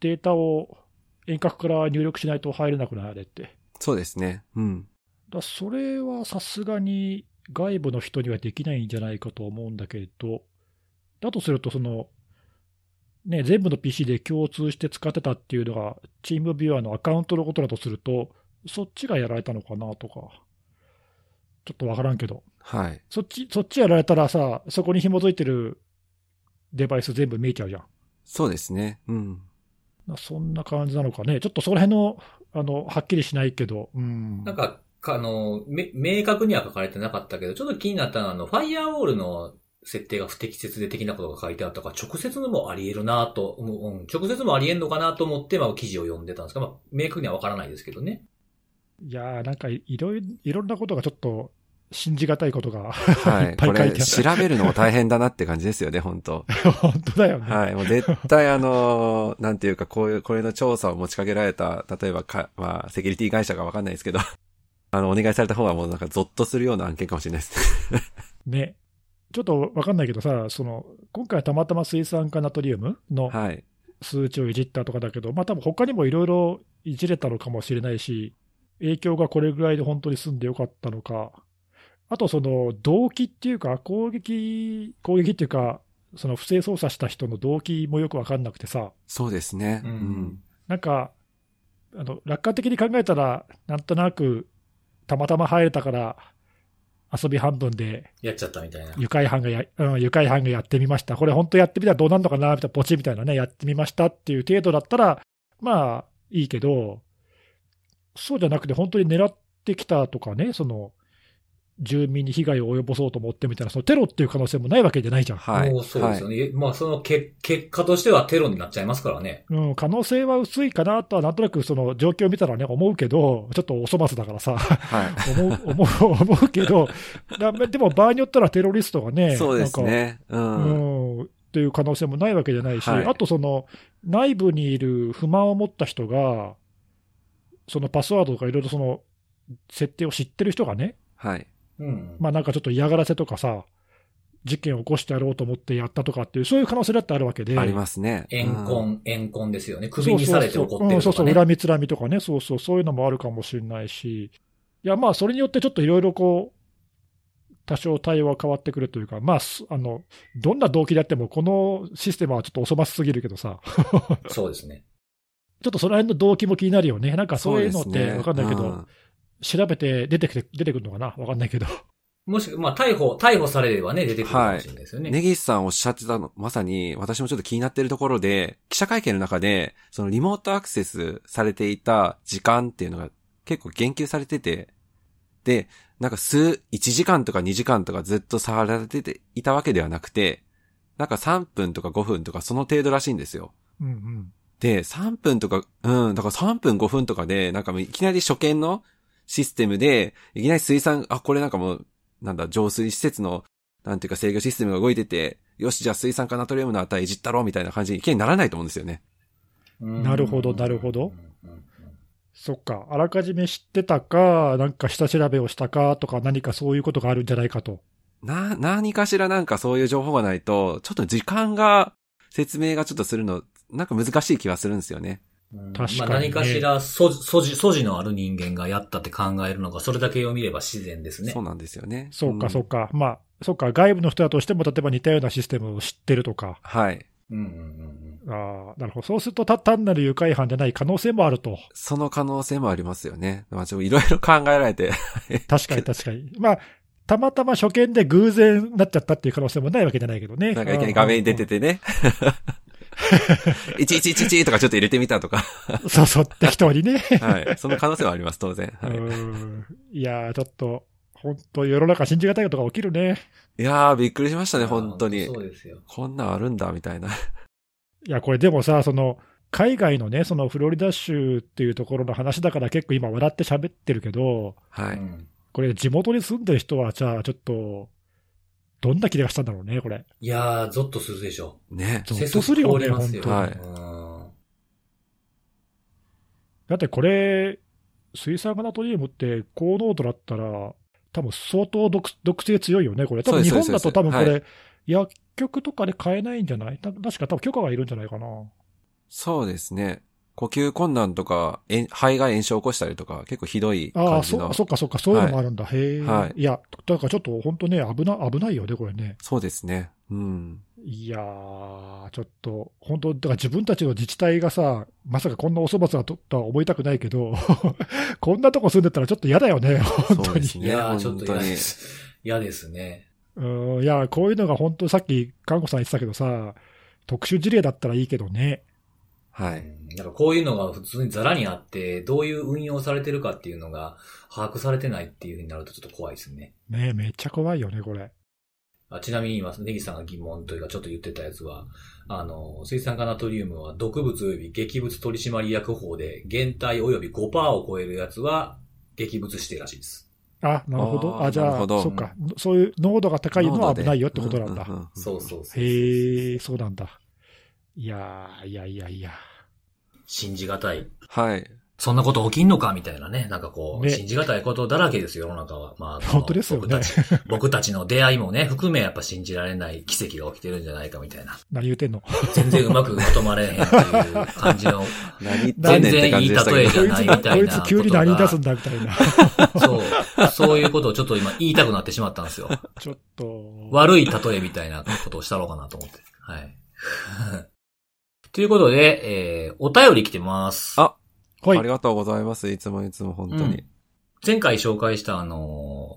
[SPEAKER 3] データを遠隔から入力しないと入れなくなれって。だか
[SPEAKER 2] そうですね。うん。
[SPEAKER 3] らそれはさすがに外部の人にはできないんじゃないかと思うんだけど、だとすると、その、ね、全部の PC で共通して使ってたっていうのが、チームビューアーのアカウントのことだとすると、そっちがやられたのかなとか、ちょっとわからんけど。
[SPEAKER 2] はい。
[SPEAKER 3] そっち、そっちやられたらさ、そこに紐づいてるデバイス全部見えちゃうじゃん。
[SPEAKER 2] そうですね。うん。
[SPEAKER 3] なそんな感じなのかね。ちょっとその辺の、あの、はっきりしないけど、うん。
[SPEAKER 1] なんか、かあの、め、明確には書かれてなかったけど、ちょっと気になったのは、あの、ファイアウォールの設定が不適切で的なことが書いてあったから、直接のもあり得るなと、うん、うん直接もあり得んのかなと思って、まあ、記事を読んでたんですが、まあ、明確にはわからないですけどね。
[SPEAKER 3] いやー、なんかいいろいろ、いろんなことがちょっと、信じがたいことが、
[SPEAKER 2] はい
[SPEAKER 3] っ
[SPEAKER 2] い。
[SPEAKER 3] ぱい
[SPEAKER 2] こ
[SPEAKER 3] 書いてあ
[SPEAKER 2] れ、
[SPEAKER 3] る
[SPEAKER 2] 調べるのも大変だなって感じですよね、本当
[SPEAKER 3] 本当だよね。
[SPEAKER 2] はい。もう絶対あの、なんていうか、こういう、これの調査を持ちかけられた、例えばか、まあ、セキュリティ会社かわかんないですけど、 あの、お願いされた方はもうなんかゾッとするような案件かもしれない ですね。
[SPEAKER 3] ね。ちょっとわかんないけどさ、その、今回はたまたま水酸化ナトリウムの
[SPEAKER 2] はい。
[SPEAKER 3] 数値をいじったとかだけど、まあ多分他にもいろいろいじれたのかもしれないし、影響がこれぐらいで本当に済んでよかったのか、あとその動機っていうか、攻撃、攻撃っていうか、その不正操作した人の動機もよくわかんなくてさ、
[SPEAKER 2] そうですね。
[SPEAKER 1] うん
[SPEAKER 3] なんか、あの楽観的に考えたら、なんとなく、たまたま入れたから、遊び半分で
[SPEAKER 1] やっちゃったみたいな。
[SPEAKER 3] 愉快犯がや、 うん、愉快犯がやってみました。これ本当やってみたらどうなるのかな、みたいな、ポチみたいなね、やってみましたっていう程度だったら、まあ、いいけど、そうじゃなくて本当に狙ってきたとかね、その、住民に被害を及ぼそうと思ってみたいな、そのテロっていう可能性もないわけじゃないじゃん。
[SPEAKER 2] はい。
[SPEAKER 1] もうそうですよ
[SPEAKER 2] はい。
[SPEAKER 1] ね。まあ、そのけ結果としてはテロになっちゃいますからね。
[SPEAKER 3] うん、可能性は薄いかなとは、なんとなくその状況を見たらね、思うけど、ちょっとお粗末だからさ、
[SPEAKER 2] はい
[SPEAKER 3] 思う、思う、思うけど、だでも場合によったらテロリストが ね、
[SPEAKER 2] そうです
[SPEAKER 3] なんか
[SPEAKER 2] ね。うん。
[SPEAKER 3] うん、っていう可能性もないわけじゃないし、
[SPEAKER 2] はい
[SPEAKER 3] あとその内部にいる不満を持った人が、そのパスワードとかいろいろその設定を知ってる人がね、
[SPEAKER 2] はい。
[SPEAKER 1] うん。
[SPEAKER 3] まあなんかちょっと嫌がらせとかさ、事件を起こしてやろうと思ってやったとかっていう、そういう可能性だってあるわけで。
[SPEAKER 2] ありますね。
[SPEAKER 1] 怨
[SPEAKER 2] うん。
[SPEAKER 1] 恨、怨恨ですよね。首にされて怒って
[SPEAKER 3] うん
[SPEAKER 1] ると
[SPEAKER 3] そう
[SPEAKER 1] か
[SPEAKER 3] そう、
[SPEAKER 1] ね。
[SPEAKER 3] 恨みつらみとかね、そうそう、そういうのもあるかもしれないし、いや、まあ、それによってちょっといろいろこう、多少対応は変わってくるというか、まあ、すあの、どんな動機であっても、このシステムはちょっとお粗末すぎるけどさ、
[SPEAKER 1] そうですね。
[SPEAKER 3] ちょっとその辺の動機も気になるよね。なんかそういうのっ
[SPEAKER 2] そです
[SPEAKER 3] て
[SPEAKER 2] ね
[SPEAKER 3] わかんないけど、
[SPEAKER 2] うん
[SPEAKER 3] 調べて出てきて、出てくるのかなわかんないけど。
[SPEAKER 1] もしくは、まあ、逮捕、逮捕されればね、出てくるかもしれないですよね。
[SPEAKER 2] 根岸さんおっしゃってたの、まさに私もちょっと気になってるところで、記者会見の中で、そのリモートアクセスされていた時間っていうのが結構言及されてて、で、なんか数、1時間とか2時間とかずっと触られてていたわけではなくて、なんか3分とか5分とかその程度らしいんですよ。
[SPEAKER 3] うんうん。
[SPEAKER 2] で、3分とか、うん、だから3分5分とかで、なんかもういきなり初見のシステムで、いきなり水産、あ、これなんかもう、なんだ、浄水施設の、なんていうか制御システムが動いてて、よし、じゃあ水酸化ナトリウムの値いじったろ、みたいな感じにいきなりならないと思うんですよね。
[SPEAKER 1] うん
[SPEAKER 3] なるほどなるほ
[SPEAKER 1] う
[SPEAKER 3] ど。
[SPEAKER 1] んうんうん
[SPEAKER 3] そっか、あらかじめ知ってたか、なんか下調べをしたかとか、何かそういうことがあるんじゃないかと。
[SPEAKER 2] な、何かしらなんかそういう情報がないと、ちょっと時間が、説明がちょっとするの、なんか難しい気はするんですよ
[SPEAKER 1] う
[SPEAKER 2] ね。
[SPEAKER 1] ん
[SPEAKER 3] 確かにね
[SPEAKER 1] まあ、何かしら素地、素地、素地のある人間がやったって考えるのが、それだけを見れば自然ですね
[SPEAKER 2] そう。なんですよね。
[SPEAKER 3] そうか、
[SPEAKER 2] ん
[SPEAKER 3] そうか。まあ、そうか、外部の人だとしても、例えば似たようなシステムを知ってるとか。
[SPEAKER 2] はい。
[SPEAKER 1] うんうんうん
[SPEAKER 3] あーなるほど。そうすると、た単なる誘拐犯じゃない可能性もある と。
[SPEAKER 2] その可能性もありますよね。まあ、ちょっといろいろ考えられて、
[SPEAKER 3] 確かに、確かに。まあ、たまたま初見で偶然なっちゃったっていう可能性もないわけじゃないけどね。
[SPEAKER 2] なんかいきなり画面に出てて ね。1111とかちょっと入れてみた とか。
[SPEAKER 3] うん。そうそう、適当にね。
[SPEAKER 2] はい。その可能性はあります、当然。はい。
[SPEAKER 3] うんいやー、ちょっと、本当世の中信じがたいことが起きるね。
[SPEAKER 2] いやー、びっくりしましたね、本当に
[SPEAKER 1] そ。うですよ。
[SPEAKER 2] こんなんあるんだ、みたいな。
[SPEAKER 3] いや、これでもさ、その、海外のね、そのフロリダ州っていうところの話だから結構今笑って喋ってるけど、
[SPEAKER 2] は
[SPEAKER 1] う
[SPEAKER 2] い。
[SPEAKER 1] ん
[SPEAKER 3] これ地元に住んでる人は、じゃあちょっと、どんな気がしたんだろうね、これ。
[SPEAKER 1] いやー、ゾッとするでしょ。
[SPEAKER 2] ね。
[SPEAKER 3] ゾッとするよ
[SPEAKER 1] 背
[SPEAKER 3] ね、
[SPEAKER 1] 筋凍りま
[SPEAKER 3] 本
[SPEAKER 1] すよ
[SPEAKER 3] 当
[SPEAKER 2] はい
[SPEAKER 1] うん
[SPEAKER 3] だってこれ、水酸化ナトリウムって高濃度だったら、多分相当毒毒性強いよね、これ。多
[SPEAKER 2] そう
[SPEAKER 3] 分
[SPEAKER 2] で
[SPEAKER 3] 日
[SPEAKER 2] す
[SPEAKER 3] 本だと多分こ
[SPEAKER 2] そう
[SPEAKER 3] れ、薬局とかで買えないんじゃないた確か多分許可がいるんじゃないかな。
[SPEAKER 2] そうですね。呼吸困難とか、えん肺が炎症を起こしたりとか、結構ひどい
[SPEAKER 3] あ
[SPEAKER 2] 感
[SPEAKER 3] あ、
[SPEAKER 2] じ
[SPEAKER 3] そ
[SPEAKER 2] の。
[SPEAKER 3] そっかそっか、そういうのもあるんだ。へえ。、
[SPEAKER 2] はい
[SPEAKER 3] や、だからちょっと本当ね、危な、危ないよね、これね。
[SPEAKER 2] そうですね。うん。
[SPEAKER 3] いやー、ちょっと、本当、だから自分たちの自治体がさ、まさかこんなお粗末だととは思いたくないけど、 こんなとこ住んでたらちょっと嫌だよね、本
[SPEAKER 2] そ
[SPEAKER 3] 当
[SPEAKER 2] うで
[SPEAKER 3] に。
[SPEAKER 2] す
[SPEAKER 1] い
[SPEAKER 2] ね。
[SPEAKER 1] やー、ちょっ
[SPEAKER 2] 本
[SPEAKER 1] と
[SPEAKER 2] 当
[SPEAKER 1] 嫌
[SPEAKER 2] に
[SPEAKER 1] で。す。嫌ですね。
[SPEAKER 3] うんいや、こういうのが本当、さっき、看護さん言ってたけどさ、特殊事例だったらいいけどね。
[SPEAKER 2] は
[SPEAKER 1] う
[SPEAKER 2] い。
[SPEAKER 1] んなんかこういうのが普通にザラにあって、どういう運用されてるかっていうのが把握されてないっていうふうになるとちょっと怖いですね。
[SPEAKER 3] ねえめっちゃ怖いよね、これ。
[SPEAKER 1] あちなみに今、ネギさんが疑問というかちょっと言ってたやつは、あの、水酸化ナトリウムは毒物及び劇物取締役法で、減体及び5%を超えるやつは、劇物指定らしいです。
[SPEAKER 3] あ、なるほど。
[SPEAKER 2] あー
[SPEAKER 3] あ、じ
[SPEAKER 2] なる
[SPEAKER 3] ゃ
[SPEAKER 2] ほ
[SPEAKER 3] あ、
[SPEAKER 2] ど
[SPEAKER 3] そっか。そういう濃度が高いのは危ないよってことなんだ。
[SPEAKER 2] うううん
[SPEAKER 1] そうそうそう。
[SPEAKER 3] へえ、そうなんだ。いやー、いやいやいや。
[SPEAKER 1] 信じがたい。
[SPEAKER 2] はい。
[SPEAKER 1] そんなこと起きんのかみたいなね。なんかこう、
[SPEAKER 3] ね
[SPEAKER 1] 信じがたいことだらけですよ、世の中は。まあ、
[SPEAKER 3] 本当ですよ
[SPEAKER 1] 僕
[SPEAKER 3] ね
[SPEAKER 1] た。ち僕たちの出会いもね、含めやっぱ信じられない奇跡が起きてるんじゃないかみたいな。
[SPEAKER 3] 何言ってんの。
[SPEAKER 1] 全然うまくまとまれへんっていう感じ の、
[SPEAKER 2] 何言って
[SPEAKER 1] 全
[SPEAKER 2] んねんって
[SPEAKER 1] 然
[SPEAKER 2] 感
[SPEAKER 1] いい
[SPEAKER 2] じでした
[SPEAKER 1] 例
[SPEAKER 2] け
[SPEAKER 1] え
[SPEAKER 2] ど
[SPEAKER 1] じ。ゃないみたいな
[SPEAKER 3] こいつ急に何言い出すんだみたい な。
[SPEAKER 1] そう、そういうことをちょっと今言いたくなってしまったんですよ。
[SPEAKER 3] ちょっと。
[SPEAKER 1] 悪い例えみたいなことをしたろうかなと思って。はい。 ということで、えー、お便り来てます。
[SPEAKER 2] あ
[SPEAKER 3] は
[SPEAKER 2] あり
[SPEAKER 3] い。
[SPEAKER 2] がとうございます。いつもいつも本当に。
[SPEAKER 1] 前回紹介したあの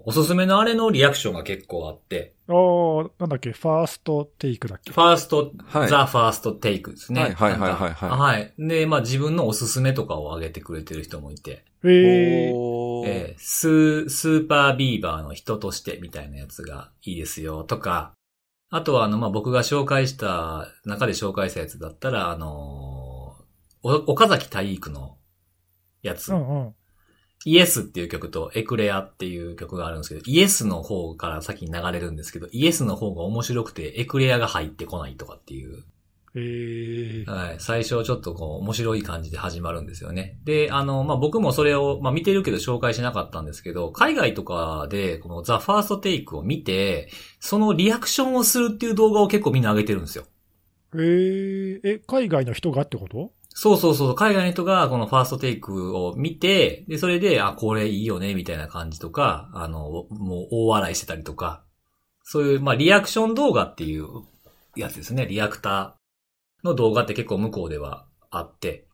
[SPEAKER 1] ーおすすめのあれのリアクションが結構あって、
[SPEAKER 3] おーなんだっけ、ファーストテイクだっけ
[SPEAKER 1] フ。ァースト、
[SPEAKER 2] はい
[SPEAKER 1] ザ・ファースト・テイクですね。
[SPEAKER 2] はいはいはいはいはい
[SPEAKER 1] なんかはい。で、まあ自分のおすすめとかを上げてくれてる人もいて、
[SPEAKER 3] えー、
[SPEAKER 2] おー
[SPEAKER 1] えースー、スーパービーバーの人としてみたいなやつがいいですよとか、あとはあの、まあ、僕が紹介した、中で紹介したやつだったら、あのーお岡崎体育のやつ、
[SPEAKER 3] うんうん。
[SPEAKER 1] イエスっていう曲とエクレアっていう曲があるんですけど、イエスの方から先に流れるんですけど、イエスの方が面白くてエクレアが入ってこないとかっていう
[SPEAKER 3] えー、
[SPEAKER 1] はい。最初ちょっとこう、面白い感じで始まるんですよね。で、あの、まあ、僕もそれを、まあ、見てるけど紹介しなかったんですけど、海外とかで、このザ・ファーストテイクを見て、そのリアクションをするっていう動画を結構みんな上げてるんですよ。
[SPEAKER 3] えー、え、海外の人がってこと
[SPEAKER 1] そうそうそう、海外の人がこのファーストテイクを見て、で、それで、あ、これいいよね、みたいな感じとか、あの、もう大笑いしてたりとか、そういう、まあ、リアクション動画っていうやつですね、リアクターの動画って結構向こうではあって、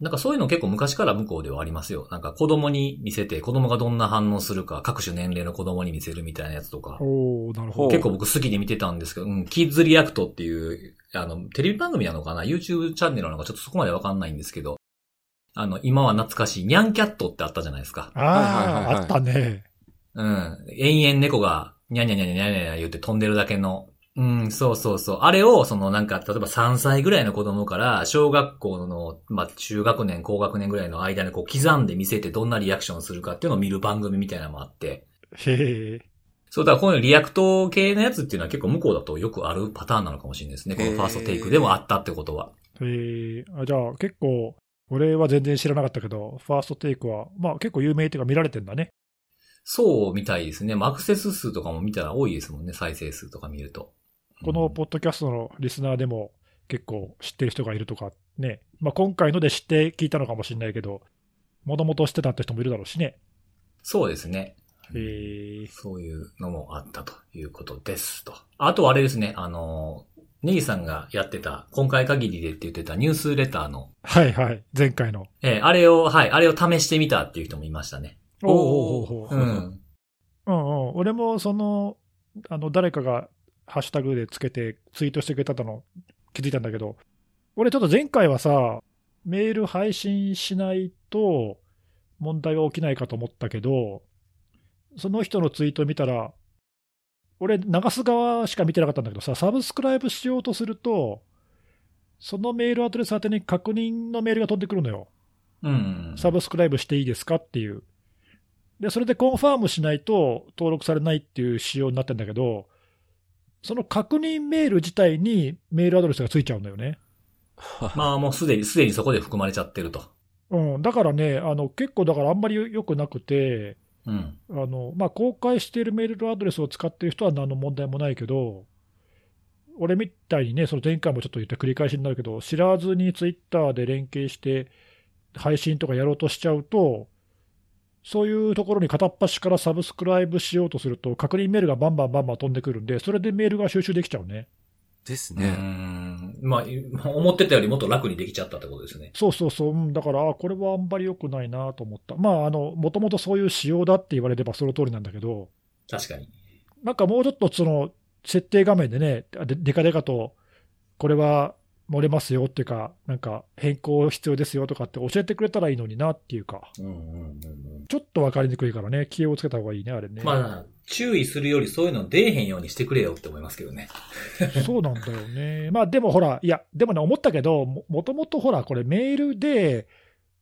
[SPEAKER 1] なんかそういうの結構昔から向こうではありますよ。なんか子供に見せて、子供がどんな反応するか、各種年齢の子供に見せるみたいなやつとか。
[SPEAKER 3] おーなるほど。
[SPEAKER 1] 結構僕好きで見てたんですけど、うん、キッズリアクトっていう、あの、テレビ番組なのかな ?YouTube チャンネルなのかちょっとそこまでわかんないんですけど、あの、今は懐かしい、ニャンキャットってあったじゃないですか。
[SPEAKER 3] ああ、
[SPEAKER 2] はいはいはいはい
[SPEAKER 3] あったね。
[SPEAKER 1] うん。延々猫が、ニャンニャンニャンニャンニャンニャン言って飛んでるだけの。うん、そうそうそう。あれを、そのなんか、例えば3歳ぐらいの子供から、小学校の、まあ、中学年、高学年ぐらいの間にこう刻んで見せてどんなリアクションするかっていうのを見る番組みたいなのもあって。
[SPEAKER 3] へえ。
[SPEAKER 1] そうだ、こういうリアクト系のやつっていうのは結構向こうだとよくあるパターンなのかもしれないですね。この
[SPEAKER 2] へー
[SPEAKER 1] ファーストテイクでもあったってことは。
[SPEAKER 3] えー、あじゃあ結構、俺は全然知らなかったけど、ファーストテイクは、まあ結構有名っていうか見られてんだね。
[SPEAKER 1] そうみたいですね。まあアクセス数とかも見たら多いですもんね。再生数とか見ると。
[SPEAKER 3] この
[SPEAKER 1] うん
[SPEAKER 3] ポッドキャストのリスナーでも結構知ってる人がいるとかね、まあ、今回ので知って聞いたのかもしれないけど、もともと知ってたって人もいるだろうしね。
[SPEAKER 1] そうですね。
[SPEAKER 3] えー、
[SPEAKER 1] そういうのもあったということですと。あとはあれですね。あの、ネギさんがやってた、今回限りでって言ってたニュースレターの、
[SPEAKER 3] はいはい、前回の。
[SPEAKER 1] えーあれを、はい、あれを試してみたっていう人もいましたね。
[SPEAKER 2] おー
[SPEAKER 3] おー
[SPEAKER 1] う
[SPEAKER 3] おーおー
[SPEAKER 1] ん。
[SPEAKER 3] うんうん、俺もその、あの誰かがハッシュタグでつけてツイートしてくれたの気づいたんだけど、俺ちょっと前回はさ、メール配信しないと問題は起きないかと思ったけど、その人のツイート見たら、俺、流す側しか見てなかったんだけどさ、サブスクライブしようとすると、そのメールアドレス宛てに確認のメールが飛んでくるのよ。
[SPEAKER 1] うん。
[SPEAKER 3] サブスクライブしていいですかっていう。で、それでコンファームしないと登録されないっていう仕様になってんだけど、その確認メール自体にメールアドレスがついちゃうんだよね。
[SPEAKER 1] まあもうすでに、すでにそこで含まれちゃってると。
[SPEAKER 3] うん、だからね、あの結構だからあんまり良くなくて、
[SPEAKER 1] うん。
[SPEAKER 3] あのまあ、公開しているメールアドレスを使っている人は何の問題もないけど、俺みたいにね、その前回もちょっと言った繰り返しになるけど、知らずにツイッターで連携して、配信とかやろうとしちゃうと、そういうところに片っ端からサブスクライブしようとすると、確認メールがバンバンバンバン飛んでくるんで、それでメールが収集できちゃうね。
[SPEAKER 2] です
[SPEAKER 1] う
[SPEAKER 2] ね。
[SPEAKER 1] ん。まあ、思ってたよりもっと楽にできちゃったってことですね。
[SPEAKER 3] そうそうそう、うんだから、あこれはあんまり良くないなと思った。まあ、あの、もともとそういう仕様だって言われればその通りなんだけど、
[SPEAKER 1] 確かに。
[SPEAKER 3] なんかもうちょっとその設定画面でね、ででかでかと、これは漏れますよっていうか、なんか変更必要ですよとかって教えてくれたらいいのになっていうか、
[SPEAKER 1] うんうんうん
[SPEAKER 3] ちょっと分かりにくいからね、気をつけた方がいいね、あれ
[SPEAKER 1] う
[SPEAKER 3] ね。
[SPEAKER 1] ん。まあ、注意するよりそういうの出えへんようにしてくれよって思いますけどね。
[SPEAKER 3] そうなんだよね。まあでもほら、いや、でもね、思ったけど、ももともとほら、これメールで、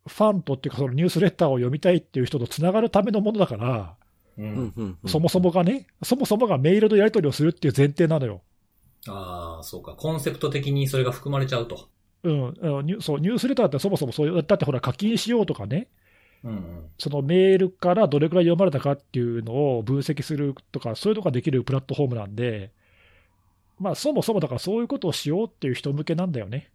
[SPEAKER 3] ファンとっていうか、そのニュースレターを読みたいっていう人とつながるためのものだから、
[SPEAKER 1] う
[SPEAKER 2] うんんうんうん
[SPEAKER 3] そもそもがね、そもそもがメールのやり取りをするっていう前提なのよ。
[SPEAKER 1] ああ、そうか。コンセプト的にそれが含まれちゃうと。
[SPEAKER 3] うん、あのニュそうニュースレターってそもそもそういう、だってほら、課金しようとかね、
[SPEAKER 1] うんうん。
[SPEAKER 3] そのメールからどれくらい読まれたかっていうのを分析するとか、そういうのができるプラットフォームなんで、まあ、そもそもだからそういうことをしようっていう人向けなんだよね。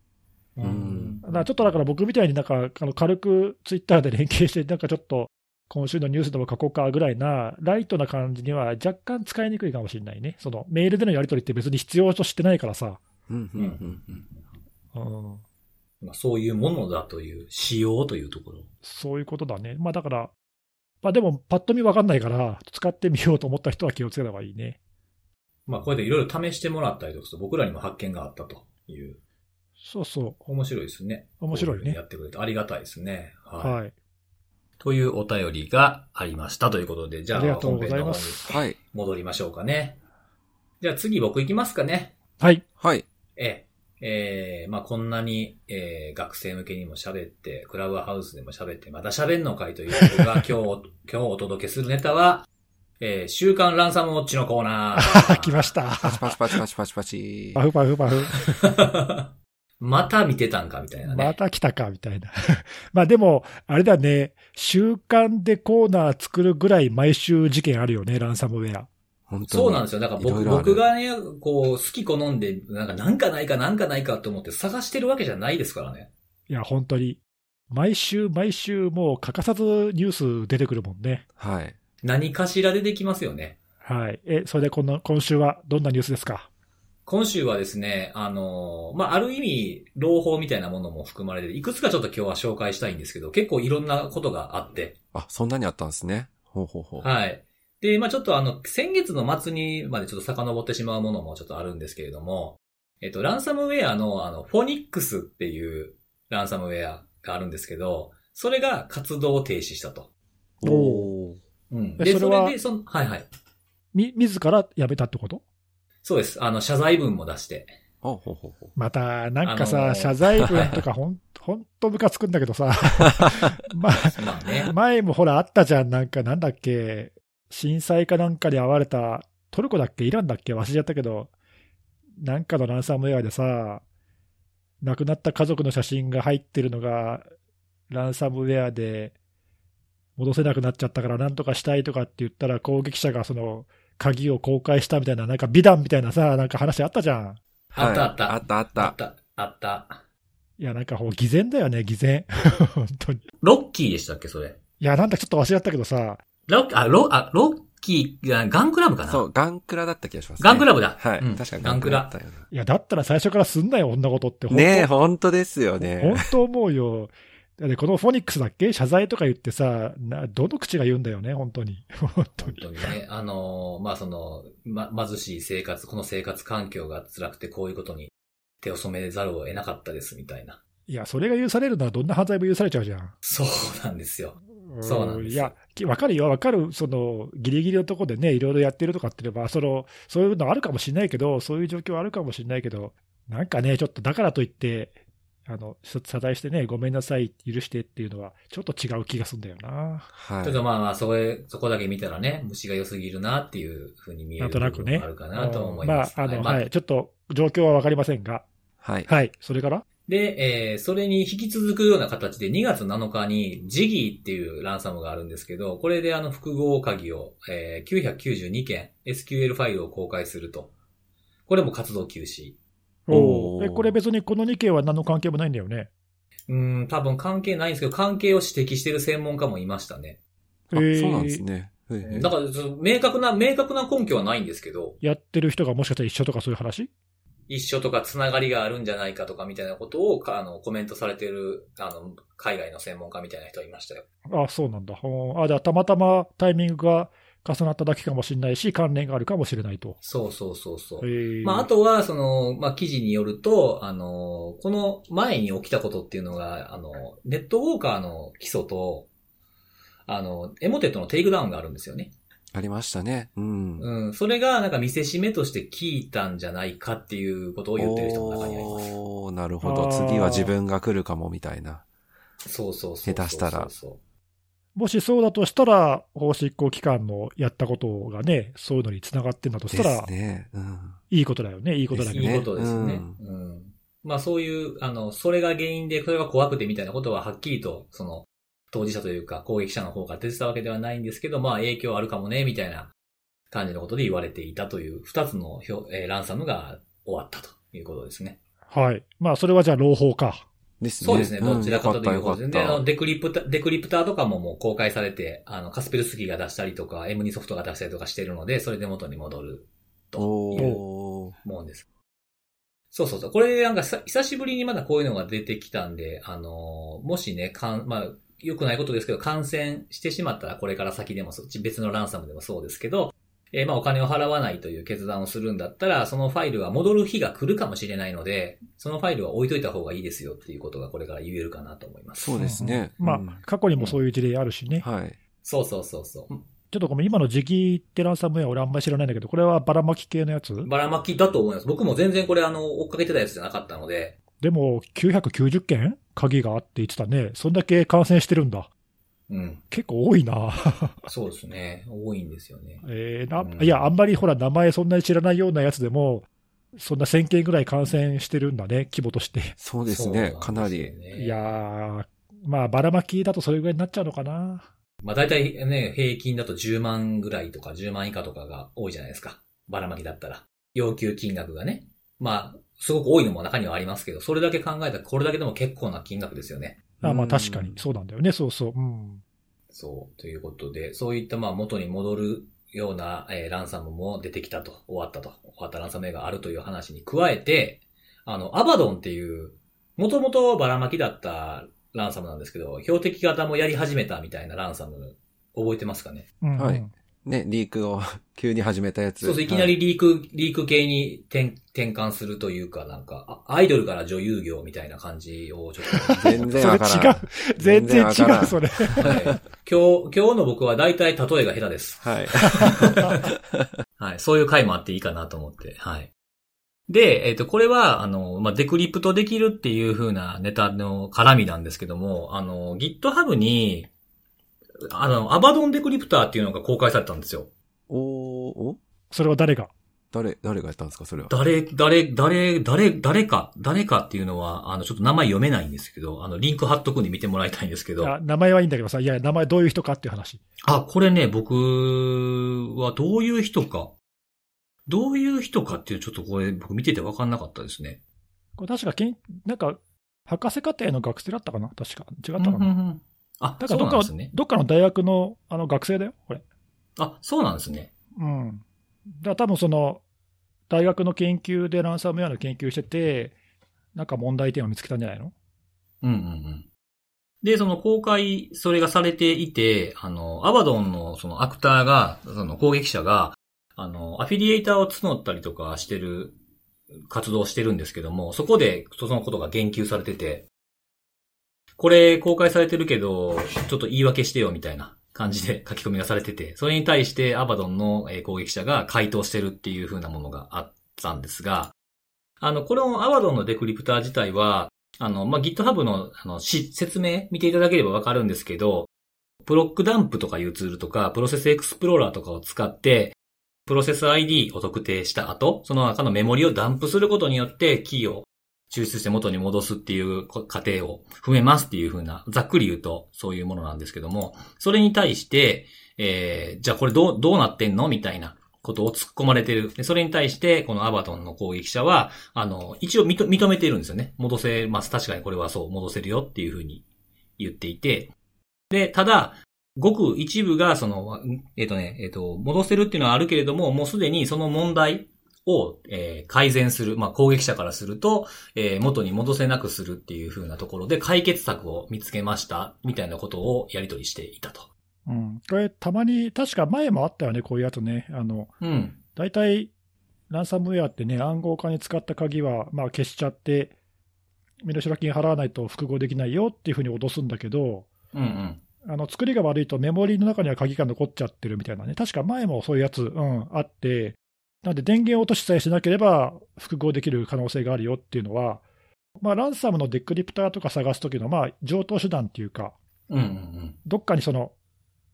[SPEAKER 2] うん
[SPEAKER 3] だからちょっとだから僕みたいになんか、あの軽くツイッターで連携して、なんかちょっと、今週のニュースでも書こうかぐらいな、ライトな感じには若干使いにくいかもしれないね。そのメールでのやり取りって別に必要としてないからさ。
[SPEAKER 2] うんうんうんうん
[SPEAKER 3] うん
[SPEAKER 1] まあ、そういうものだという、仕様というところ。
[SPEAKER 3] そういうことだね。まあだから、まあでもパッと見わかんないから、使ってみようと思った人は気をつけた方がいいね。
[SPEAKER 1] まあ、これでいろいろ試してもらったりとかすると、僕らにも発見があったという。
[SPEAKER 3] そうそ
[SPEAKER 1] 面白いですね。
[SPEAKER 3] 面白
[SPEAKER 1] こうう
[SPEAKER 3] いね
[SPEAKER 1] ふうにやってくれてありがたいですね。
[SPEAKER 3] う。
[SPEAKER 1] はい。
[SPEAKER 3] はい。
[SPEAKER 1] というお便りがありましたということで、じゃ
[SPEAKER 3] あり
[SPEAKER 1] あ
[SPEAKER 3] がとう
[SPEAKER 1] 本
[SPEAKER 3] ご
[SPEAKER 1] 編
[SPEAKER 3] ざい
[SPEAKER 1] の方
[SPEAKER 3] ま
[SPEAKER 1] に
[SPEAKER 3] す
[SPEAKER 2] はい。
[SPEAKER 1] 戻りましょうかね。じゃあ次僕行きますかね。
[SPEAKER 3] はい。
[SPEAKER 2] はい。
[SPEAKER 1] ええ、えーまあこんなに、えー学生向けにも喋って、クラブハウスでも喋って、また喋んのかいという僕 が今日、今日お届けするネタは、えー週刊ランサムウォッチのコーナ
[SPEAKER 3] あ
[SPEAKER 1] ー。
[SPEAKER 3] 来ました。
[SPEAKER 2] パチパチパチパチパチパチ
[SPEAKER 3] パ。フパフパ フ。
[SPEAKER 1] た。また見てたんかみたいなね。
[SPEAKER 3] また来たか、みたいな。まあでも、あれだね、週刊でコーナー作るぐらい毎週事件あるよね、ランサムウェア。
[SPEAKER 2] 本当に
[SPEAKER 1] そうなんですよ。だから僕
[SPEAKER 2] いろいろある
[SPEAKER 1] 僕がね、こう、好き好んで、なんか、なんかないかなんかないかと思って探してるわけじゃないですからね。
[SPEAKER 3] いや、本当に。毎週毎週もう欠かさずニュース出てくるもんね。
[SPEAKER 2] はい。
[SPEAKER 1] 何かしら出てきますよね。
[SPEAKER 3] はい。え、それでこの、今週はどんなニュースですか
[SPEAKER 1] 今週はですね、あのーまあ、ある意味、朗報みたいなものも含まれて、いくつかちょっと今日は紹介したいんですけど、結構いろんなことがあって、
[SPEAKER 2] あ、そんなにあったんですね。ほうほうほう。
[SPEAKER 1] はい。で、まあ、ちょっとあの、先月の末にまでちょっと遡ってしまうものもちょっとあるんですけれども、えっと、ランサムウェアのあの、フォニックスっていうランサムウェアがあるんですけど、それが活動を停止したと。
[SPEAKER 2] おー
[SPEAKER 1] うん。
[SPEAKER 3] え
[SPEAKER 1] で、
[SPEAKER 3] そ
[SPEAKER 1] そ
[SPEAKER 3] れ
[SPEAKER 1] れ
[SPEAKER 3] は
[SPEAKER 1] で、その、はいはい。
[SPEAKER 3] み、自ら辞めたってこと
[SPEAKER 1] そうです。あの、謝罪文も出して。
[SPEAKER 2] あ、ほうほうほう。
[SPEAKER 3] また、なんかさ、
[SPEAKER 1] あのー
[SPEAKER 3] 謝罪文 とかほん、ほんとムカつくんだけどさ、 ま
[SPEAKER 1] まあね
[SPEAKER 3] あ、。前もほらあったじゃん、なんかなんだっけ、震災かなんかに遭われた、トルコだっけ、イランだっけ、忘れちゃったけど、なんかのランサムウェアでさ、亡くなった家族の写真が入ってるのが、ランサムウェアで、戻せなくなっちゃったから、なんとかしたいとかって言ったら、攻撃者がその、鍵を公開したみたいな、なんか美談みたいなさ、なんか話あったじゃん。
[SPEAKER 1] あったあった
[SPEAKER 2] はいあったあっ。
[SPEAKER 1] あったた、あった。
[SPEAKER 3] いや、なんかほう、偽善だよね、偽善。 本当に。
[SPEAKER 1] ロッキーでしたっけ、それ。
[SPEAKER 3] いや、なんだ、ちょっと忘れちゃったけどさ、
[SPEAKER 1] ロッ、あ、ロ、あ、ロッキー、あガンクラブかな
[SPEAKER 2] そう、ガンクラだった気がします、ね。
[SPEAKER 1] ガンクラブだ。
[SPEAKER 2] はい、
[SPEAKER 1] うん
[SPEAKER 2] 確かに
[SPEAKER 1] ガ
[SPEAKER 2] ガ
[SPEAKER 1] ン
[SPEAKER 2] ン
[SPEAKER 1] ク
[SPEAKER 2] クラだ
[SPEAKER 1] ラ
[SPEAKER 2] っ。たよ
[SPEAKER 3] いや、だったら最初からすんなよ、女事って。
[SPEAKER 2] な。ねえ、本当ですよね
[SPEAKER 3] 本。当思うよ。だってこのフォニックスだっけ謝罪とか言ってさ、などの口が言うんだよね、本当に。 本当
[SPEAKER 1] 本
[SPEAKER 3] に。
[SPEAKER 1] 当にね、 あのーまあ、その、ま、貧しい生活、この生活環境が辛くてこういうことに手を染めざるを得なかったです、みたいな。
[SPEAKER 3] いや、それが許されるならどんな犯罪も許されちゃうじゃん。
[SPEAKER 1] そうなんですよ。
[SPEAKER 3] うん
[SPEAKER 1] そうなんですよ
[SPEAKER 3] いや、きわかるよ、わかる、その、ギリギリのとこでね、いろいろやってるとかって言えば、その、そういうのあるかもしれないけど、そういう状況あるかもしれないけど、なんかね、ちょっとだからといって、あの、そ謝罪してね、ごめんなさい、許してっていうのは、ちょっと違う気がするんだよな。
[SPEAKER 2] は
[SPEAKER 1] ちょっとまあまあ、そこへ、そこだけ見たらね、虫が良すぎるなっていうふうに見え
[SPEAKER 3] な
[SPEAKER 1] る
[SPEAKER 3] んとなくね。
[SPEAKER 1] 部分があるかなと思います。
[SPEAKER 3] うんまあ、あの、
[SPEAKER 1] はいまあ
[SPEAKER 3] はい、ちょっと状況はわかりませんが、
[SPEAKER 2] はい。
[SPEAKER 3] はい、それから
[SPEAKER 1] で、えーそれに引き続くような形で2月7日にジギーっていうランサムがあるんですけど、これであの複合鍵を、えー992件 SQL ファイルを公開すると。これも活動休止。
[SPEAKER 2] おー
[SPEAKER 3] おーえこれ別にこの2件は何の関係もないんだよね。
[SPEAKER 1] うん、多分関係ないんですけど、関係を指摘してる専門家もいましたね。
[SPEAKER 2] あ
[SPEAKER 3] えー
[SPEAKER 2] そうなんですね。へー
[SPEAKER 1] だから、その明確な、明確な根拠はないんですけど、
[SPEAKER 3] やってる人がもしかしたら一緒とかそういう話
[SPEAKER 1] 一緒とかつながりがあるんじゃないかとかみたいなことを、かあの、コメントされてる、あの、海外の専門家みたいな人いましたよ。
[SPEAKER 3] あそうなんだ。うんあじゃあ、たまたまタイミングが重なっただけかもしれないし、関連があるかもしれないと。
[SPEAKER 1] そうそうそうそう。
[SPEAKER 3] えー
[SPEAKER 1] まあ、あとは、その、まあ、記事によると、あの、この前に起きたことっていうのが、あの、ネットウォーカーの基礎と、あの、エモテットのテイクダウンがあるんですよね。
[SPEAKER 2] ありましたね。うん。
[SPEAKER 1] うん。それが、なんか見せしめとして聞いたんじゃないかっていうことを言ってる人も中にはいます。
[SPEAKER 2] おーなるほど。
[SPEAKER 3] あー
[SPEAKER 2] 次は自分が来るかも、みたいな。
[SPEAKER 1] そうそうそうそう。
[SPEAKER 2] 下手したら
[SPEAKER 1] そうそう
[SPEAKER 3] もしそうだとしたら、法執行機関のやったことがね、そういうのにつながってんだと
[SPEAKER 2] で
[SPEAKER 3] した
[SPEAKER 2] す
[SPEAKER 3] ら、
[SPEAKER 2] ね。うん。
[SPEAKER 3] いいことだよね、いいことだけど
[SPEAKER 1] いいことですね。
[SPEAKER 2] う
[SPEAKER 1] うん。まあそういう、あの、それが原因で、それが怖くてみたいなことははっきりと、その、当事者というか攻撃者の方が出てたわけではないんですけど、まあ影響あるかもね、みたいな感じのことで言われていたという、二つの表、えーランサムが終わったということですね。
[SPEAKER 3] はい。まあ、それはじゃあ、朗報か。
[SPEAKER 2] ですね。
[SPEAKER 1] そうですね。どちらかと
[SPEAKER 2] ん
[SPEAKER 1] いう
[SPEAKER 2] よ
[SPEAKER 1] と
[SPEAKER 2] か、
[SPEAKER 1] 全
[SPEAKER 2] った
[SPEAKER 1] 然
[SPEAKER 2] よ
[SPEAKER 1] あ
[SPEAKER 2] か
[SPEAKER 1] の
[SPEAKER 2] っ
[SPEAKER 1] デクリプタ、デクリプターとかももう公開されて、あの、カスペルスキーが出したりとか、エムニソフトが出したりとかしてるので、それで元に戻る
[SPEAKER 2] た。
[SPEAKER 1] という
[SPEAKER 2] おー
[SPEAKER 1] 思うんです。そうそうそう。これなんかさ久しぶりにまだこういうのが出てきたんで、あのーもしね、かん、まあ、良くないことですけど、感染してしまったらこれから先でもそっち別のランサムでもそうですけど、えーまあお金を払わないという決断をするんだったら、そのファイルは戻る日が来るかもしれないので、そのファイルは置いといた方がいいですよっていうことがこれから言えるかなと思います。
[SPEAKER 2] そうですね。
[SPEAKER 3] まあ、
[SPEAKER 2] うん
[SPEAKER 3] 過去にもそういう事例あるしね。
[SPEAKER 2] はい。
[SPEAKER 1] そうそうそうそう。
[SPEAKER 3] ちょっとごめん、今の時期ってランサムウェア俺あんまり知らないんだけど、これはばらまき系のやつ
[SPEAKER 1] ばらまきだと思います。僕も全然これあの、追っかけてたやつじゃなかったので、
[SPEAKER 3] でも、990件鍵があって言ってたね。そんだけ感染してるんだ。
[SPEAKER 1] うん。
[SPEAKER 3] 結構多いな。
[SPEAKER 1] そうですね。多いんですよね。
[SPEAKER 3] えーな
[SPEAKER 1] うん
[SPEAKER 3] いや、あんまりほら、名前そんなに知らないようなやつでも、そんな1000件ぐらい感染してるんだね、規模として。
[SPEAKER 2] そうです
[SPEAKER 1] そうなんで
[SPEAKER 2] ね。
[SPEAKER 1] すよ
[SPEAKER 2] かなり。
[SPEAKER 3] いやー、まあ、ばらまきだとそれぐらいになっちゃうのかな。
[SPEAKER 1] まあ大体ね、平均だと10万ぐらいとか10万以下とかが多いじゃないですか。ばらまきだったら。要求金額がね。まあ、すごく多いのも中にはありますけど、それだけ考えたらこれだけでも結構な金額ですよね。
[SPEAKER 3] あ
[SPEAKER 2] う
[SPEAKER 3] まあ、
[SPEAKER 2] ん
[SPEAKER 3] 確かに、そうなんだよね、そうそう。うん、
[SPEAKER 1] そう。ということで、そういったまあ元に戻るような、えーランサムも出てきたと、終わったと、終わったランサム映があるという話に加えて、あの、アバドンっていう、もともとばらまきだったランサムなんですけど、標的型もやり始めたみたいなランサム、覚えてますかね
[SPEAKER 3] うん
[SPEAKER 2] はいね、リークを 急に始めたやつ。
[SPEAKER 1] そうそう、いきなりリーク、リーク系に転転換するというか、なんか、あアイドルから女優業みたいな感じをちょっ
[SPEAKER 2] はい。全
[SPEAKER 3] それ
[SPEAKER 2] 然
[SPEAKER 3] 違
[SPEAKER 2] わ
[SPEAKER 3] う
[SPEAKER 2] からん。。
[SPEAKER 3] 全然違
[SPEAKER 2] わから
[SPEAKER 3] う、
[SPEAKER 2] ん
[SPEAKER 3] それ。
[SPEAKER 1] と、はい、今日、今日の僕は大体例えが下手です。
[SPEAKER 2] はい。
[SPEAKER 1] はい、そういう回もあっていいかなと思って、はい。で、えっ、と、これは、あの、まあ、デクリプトできるっていう風なネタの絡みなんですけども、あの、GitHub に、あの、アバドンデクリプターっていうのが公開されたんですよ。
[SPEAKER 2] おーお
[SPEAKER 3] それは誰が
[SPEAKER 2] 誰、誰がやったんですかそれは。
[SPEAKER 1] 誰、誰、誰、誰、誰か、誰かっていうのは、あの、ちょっと名前読めないんですけど、あの、リンク貼っとくんで見てもらいたいんですけど、あ
[SPEAKER 3] あ名前はいいんだけどさ、いや、名前どういう人かっていう話。
[SPEAKER 1] これね、僕はどういう人か、どういう人かっていう、ちょっとこれ、僕見てて分かんなかったですね。
[SPEAKER 3] これ確かけん、なんか、博士課程の学生だったかな確か。違
[SPEAKER 1] う
[SPEAKER 3] っ
[SPEAKER 1] ん
[SPEAKER 3] た
[SPEAKER 1] う
[SPEAKER 3] かな、
[SPEAKER 1] んうんあ、
[SPEAKER 3] だ
[SPEAKER 1] そ
[SPEAKER 3] からど
[SPEAKER 1] うな
[SPEAKER 3] っ
[SPEAKER 1] ん
[SPEAKER 3] か
[SPEAKER 1] ですね。
[SPEAKER 3] どっかの大学のあの学生だよ、これ。
[SPEAKER 1] あ、そうなんですね。
[SPEAKER 3] うん。だから多分その、大学の研究でランサムウェアの研究してて、なんか問題点を見つけたんじゃないの
[SPEAKER 1] うんうんうん。で、その公開、それがされていて、あの、アバドンのそのアクターが、その攻撃者が、あの、アフィリエイターを募ったりとかしてる、活動をしてるんですけども、そこでそのことが言及されてて、これ公開されてるけど、ちょっと言い訳してよみたいな感じで 書き込みがされてて、それに対してアバドンのえー攻撃者が回答してるっていう風なものがあったんですが、あの、このアバドンのデクリプター自体は、あの、まあ、GitHub のあのし説明見ていただければわかるんですけど、ブロックダンプとかいうツールとか、プロセスエクスプローラーとかを使って、プロセス ID を特定した後、その中のメモリをダンプすることによって、キーを抽出して元に戻すっていうこ過程を踏めますっていう風な、ざっくり言うとそういうものなんですけども、それに対して、えー、じゃあこれどう、どうなってんのみたいなことを突っ込まれてる。でそれに対して、このアバトンの攻撃者は、あの、一応認認めてるんですよね。戻せます。確かにこれはそう、戻せるよっていう風に言っていて。で、ただ、ごく一部が、その、えっ、とね、えっ、と、戻せるっていうのはあるけれども、もうすでにその問題を、えー改善する、まあ、攻撃者からすると、えー元に戻せなくするっていう風なところで解決策を見つけました、みたいなことをやりとりしていたと。
[SPEAKER 3] うん、これ、たまに、確か前もあったよね、こういうやつね。あの
[SPEAKER 1] うん。
[SPEAKER 3] 大体、ランサムウェアってね、暗号化に使った鍵は、まあ、消しちゃって、身代金払わないと複合できないよっていうふうに脅すんだけど、
[SPEAKER 1] うんうん。
[SPEAKER 3] あの作りが悪いとメモリの中には鍵が残っちゃってるみたいなね、確か前もそういうやつ、うん、あって、なんで電源を落としさえしなければ複合できる可能性があるよっていうのは、まあ、ランサムのデクリプターとか探すときの、まあ、上等手段っていうか、
[SPEAKER 1] うんうん
[SPEAKER 3] どっかにその、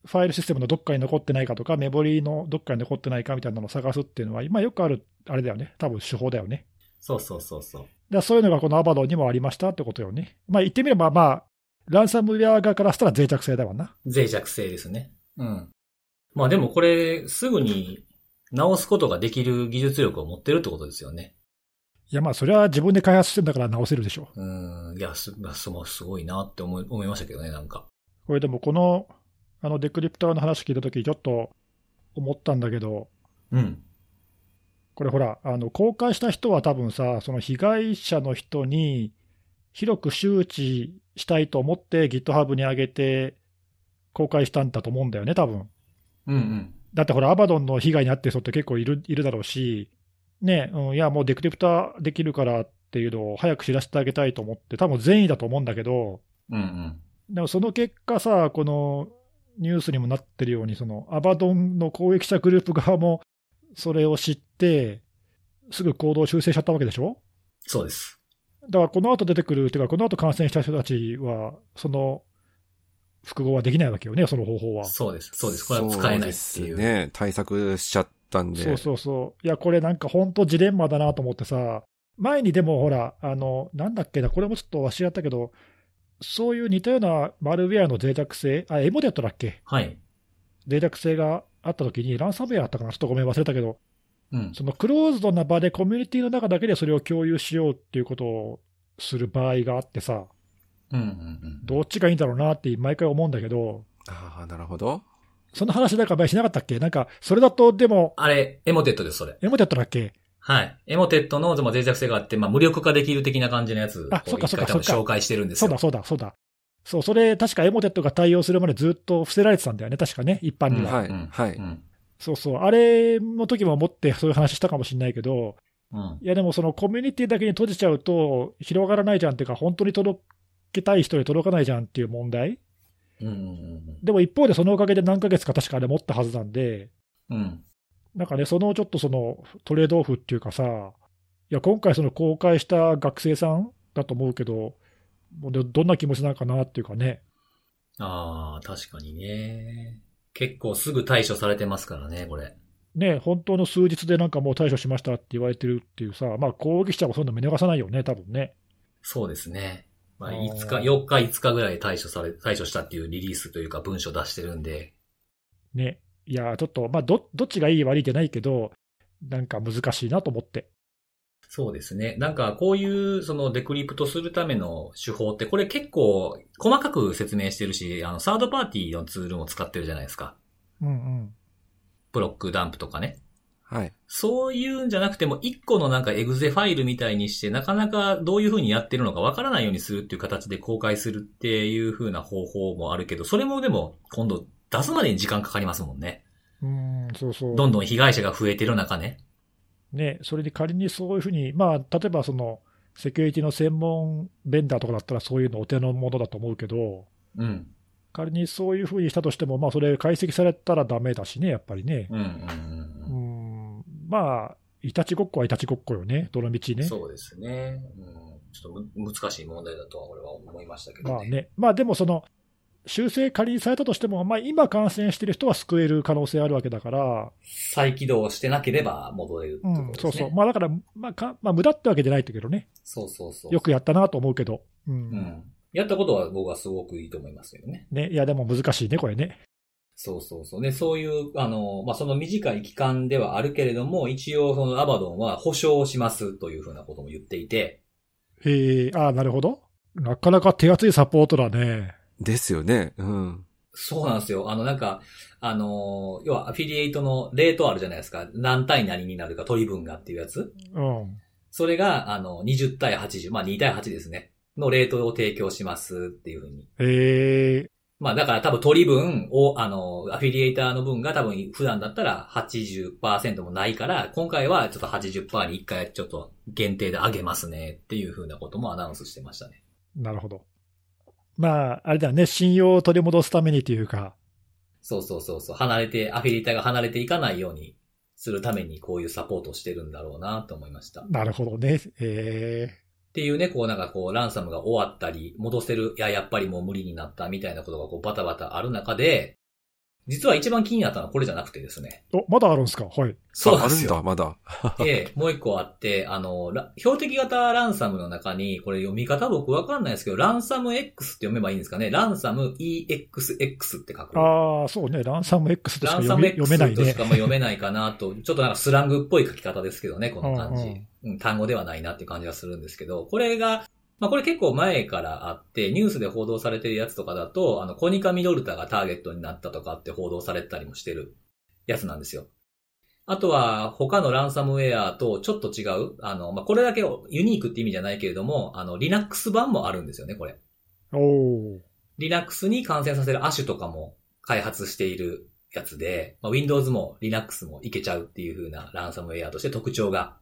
[SPEAKER 3] ファイルシステムのどっかに残ってないかとか、メモリのどっかに残ってないかみたいなのを探すっていうのは、今よくある、あれだよね。多分手法だよね。
[SPEAKER 1] そうそうそうそう。
[SPEAKER 3] だからそういうのがこのアバドンにもありましたってことよね。まあ言ってみれば、まあ、ランサムウェア側からしたら脆弱性だわな。
[SPEAKER 1] 脆弱性ですね。うん。まあでもこれ、すぐに直すことができる技術力を持ってるってことですよね。
[SPEAKER 3] いやまあ、それは自分で開発してんだから直せるでしょ。
[SPEAKER 1] うん。いや、す、まあすごすごいなって思い、思いましたけどね、なんか。
[SPEAKER 3] これでもこの、あの、デクリプターの話聞いたとき、ちょっと思ったんだけど、
[SPEAKER 1] うん。
[SPEAKER 3] これほら、あの公開した人は多分さ、その被害者の人に広く周知したいと思って GitHub に上げて公開したんだと思うんだよね、多分
[SPEAKER 1] うんうん。
[SPEAKER 3] だってほら、アバドンの被害に遭ってる人って結構いるいるだろうし、ね、うん、いや、もうデクリプターできるからっていうのを早く知らせてあげたいと思って、多分善意だと思うんだけど、
[SPEAKER 1] うんうん。
[SPEAKER 3] でもその結果さ、このニュースにもなってるように、そのアバドンの攻撃者グループ側もそれを知って、すぐ行動を修正しちゃったわけでしょ
[SPEAKER 1] そうです。
[SPEAKER 3] だからこの後出てくる、てかこの後感染した人たちは、その複合はできないわけよね、その方法は。
[SPEAKER 1] そうです。そうです。これは使えないって
[SPEAKER 2] そ
[SPEAKER 1] いう。
[SPEAKER 2] ですね。対策しちゃったんで。
[SPEAKER 3] そうそうそう。いや、これなんか本当ジレンマだなと思ってさ、前にでもほら、あの、なんだっけな、これもちょっと忘れったけど、そういう似たようなマルウェアの脆弱性、あ、エモデットだっけ
[SPEAKER 1] はい。
[SPEAKER 3] 脆弱性があった時に、ランサムウェアあったかな、ちょっとごめん、忘れたけど、
[SPEAKER 1] うん。
[SPEAKER 3] そのクローズドな場でコミュニティの中だけでそれを共有しようっていうことをする場合があってさ、
[SPEAKER 1] うんうん
[SPEAKER 3] どっちがいいんだろうなって毎回思うんだけど、
[SPEAKER 2] ああ、なるほど。
[SPEAKER 3] その話なんか前しなかったっけなんか、それだと、でも、
[SPEAKER 1] あれ、エモテットです、それ。
[SPEAKER 3] エモテットだっけ
[SPEAKER 1] はい。エモテットのまあ脆弱性があって、まあ、無力化できる的な感じのやつ
[SPEAKER 3] あ
[SPEAKER 1] を
[SPEAKER 3] そっか
[SPEAKER 1] 一
[SPEAKER 3] そっ
[SPEAKER 1] 回
[SPEAKER 3] か
[SPEAKER 1] 多分
[SPEAKER 3] そっか
[SPEAKER 1] 紹介してるんです
[SPEAKER 3] そう
[SPEAKER 1] よ。
[SPEAKER 3] だそうだそうだ。そう、それ確かエモテットが対応するまでずっと伏せられてたんだよね、確かね、一般に
[SPEAKER 1] うん
[SPEAKER 3] は。
[SPEAKER 2] はい
[SPEAKER 1] うん
[SPEAKER 2] はい
[SPEAKER 1] うん
[SPEAKER 3] そうそう、あれの時も思ってそういう話したかもしれないけど、
[SPEAKER 1] うん。
[SPEAKER 3] いやでもそのコミュニティだけに閉じちゃうと、広がらないじゃんっていうか、本当に届けたい人に届かないじゃんっていう問題。
[SPEAKER 1] うんうん
[SPEAKER 3] でも一方でそのおかげで何ヶ月か確かあれ持ったはずなんで、
[SPEAKER 1] うん。うん。
[SPEAKER 3] なんかね、そのちょっとそのトレードオフっていうかさ、いや、今回その公開した学生さんだと思うけど、もうでどんな気持ちなのかなっていうかね、
[SPEAKER 1] ああ、確かにね。結構すぐ対処されてますからね、これ。
[SPEAKER 3] ね、本当の数日でなんかもう対処しましたって言われてるっていうさ、まあ攻撃者もそんな見逃さないよね、多分ね。
[SPEAKER 1] そうですね。まあ、
[SPEAKER 3] あー
[SPEAKER 1] 5日、4日、5日ぐらいで対処され、対処したっていうリリースというか文章出してるんで。
[SPEAKER 3] ね。いや、ちょっと、まあど、どっちがいい悪いじゃないけど、なんか難しいなと思って。
[SPEAKER 1] そうですね。なんか、こういう、その、デクリプトするための手法って、これ結構、細かく説明してるし、あの、サードパーティーのツールも使ってるじゃないですか。
[SPEAKER 3] うんうん。
[SPEAKER 1] ブロックダンプとかね。
[SPEAKER 2] はい。
[SPEAKER 1] そういうんじゃなくても、一個のなんかエグゼファイルみたいにして、なかなかどういう風にやってるのかわからないようにするっていう形で公開するっていう風な方法もあるけど、それもでも、今度出すまでに時間かかりますもんね。
[SPEAKER 3] うん、そうそう。
[SPEAKER 1] どんどん被害者が増えてる中ね。
[SPEAKER 3] ね、それで仮にそういうふうに、まあ、例えばそのセキュリティの専門ベンダーとかだったらそういうのお手のものだと思うけど、
[SPEAKER 1] うん。
[SPEAKER 3] 仮にそういうふうにしたとしても、まあ、それ解析されたらダメだしね、やっぱりね。
[SPEAKER 1] うんうん
[SPEAKER 3] う
[SPEAKER 1] うん
[SPEAKER 3] ん、まあ、いたちごっこはいたちごっこよね、どの道
[SPEAKER 1] うん。
[SPEAKER 3] ね。
[SPEAKER 1] そうですね。うん、ちょっとむ難しい問題だとは俺は思いましたけ
[SPEAKER 3] ま
[SPEAKER 1] ど
[SPEAKER 3] あ
[SPEAKER 1] ね。
[SPEAKER 3] ね、まあでもその、修正仮にされたとしても、まあ今感染してる人は救える可能性あるわけだから、
[SPEAKER 1] 再起動してなければ戻れるって
[SPEAKER 3] う
[SPEAKER 1] こと
[SPEAKER 3] ん
[SPEAKER 1] で、す
[SPEAKER 3] そ
[SPEAKER 1] ね。
[SPEAKER 3] うそう。まあだから、まあか、まあ無駄ってわけじゃないんだけどね。
[SPEAKER 1] そうそうそう。
[SPEAKER 3] よくやったなと思うけど。うん。
[SPEAKER 1] うん。やったことは僕はすごくいいと思いますけどね。
[SPEAKER 3] ね、いやでも難しいね、これね。
[SPEAKER 1] そうそうそう。ね、そういう、あの、まあ、その短い期間ではあるけれども、一応そのアバドンは保証をしますというふうなことも言っていて、
[SPEAKER 3] えー、ああ、なるほど。なかなか手厚いサポートだね。
[SPEAKER 2] ですよね。うん。
[SPEAKER 1] そうなんですよ。あの、なんか、あの、要はアフィリエイトのレートあるじゃないですか。何対何になるか取り分がっていうやつ。
[SPEAKER 3] うん。
[SPEAKER 1] それが、あの、20対80、まあ、2対8ですね。のレートを提供しますっていうふうに
[SPEAKER 3] えー、
[SPEAKER 1] まあだから多分取り分を、あの、アフィリエイターの分が多分普段だったら80%もないから、今回はちょっと80%に一回ちょっと限定で上げますねっていうふうなこともアナウンスしてましたね。
[SPEAKER 3] なるほど。まあ、あれだね、信用を取り戻すためにというか、
[SPEAKER 1] そうそうそうそう。離れて、アフィリエイターが離れていかないようにするためにこういうサポートをしてるんだろうなと思いました。っ
[SPEAKER 3] なるほどね。え
[SPEAKER 1] ていうね、こうなんかこうランサムが終わったり、戻せる、いややっぱりもう無理になったみたいなことがこうバタバタある中で、実は一番気になったのはこれじゃなくてですね。
[SPEAKER 3] ー、お、まだあるんですかはい。
[SPEAKER 1] そうなん
[SPEAKER 2] ああ
[SPEAKER 1] で
[SPEAKER 2] る
[SPEAKER 1] す
[SPEAKER 2] ん
[SPEAKER 1] よ。
[SPEAKER 2] だ、まだ。
[SPEAKER 1] で、もう一個あって、あの、ら標的型ランサムの中に、これ読み方僕わかんないですけど、ランサム X って読めばいいんですかねランサム EXX って書く。
[SPEAKER 3] ああ、そうね、ランサム X とし
[SPEAKER 1] ラ
[SPEAKER 3] か
[SPEAKER 1] ンサ
[SPEAKER 3] 読
[SPEAKER 1] ム
[SPEAKER 3] め
[SPEAKER 1] X
[SPEAKER 3] 読めない
[SPEAKER 1] とし
[SPEAKER 3] ね
[SPEAKER 1] か。も読めないかなと、 ちょっとなんかスラングっぽい書き方ですけどね、この感じ。
[SPEAKER 3] う
[SPEAKER 1] うんん単語ではないなっていう感じがするんですけど、これが、まあこれ結構前からあって、ニュースで報道されてるやつとかだと、あの、コニカミドルタがターゲットになったとかって報道されてたりもしてるやつなんですよ。あとは、他のランサムウェアとちょっと違う、あの、まあこれだけをユニークって意味じゃないけれども、あの、Linux 版もあるんですよね、これ。
[SPEAKER 3] おおー。
[SPEAKER 1] Linux に感染させる亜種とかも開発しているやつで、まあ Windows も Linux もいけちゃうっていう風なランサムウェアとして特徴が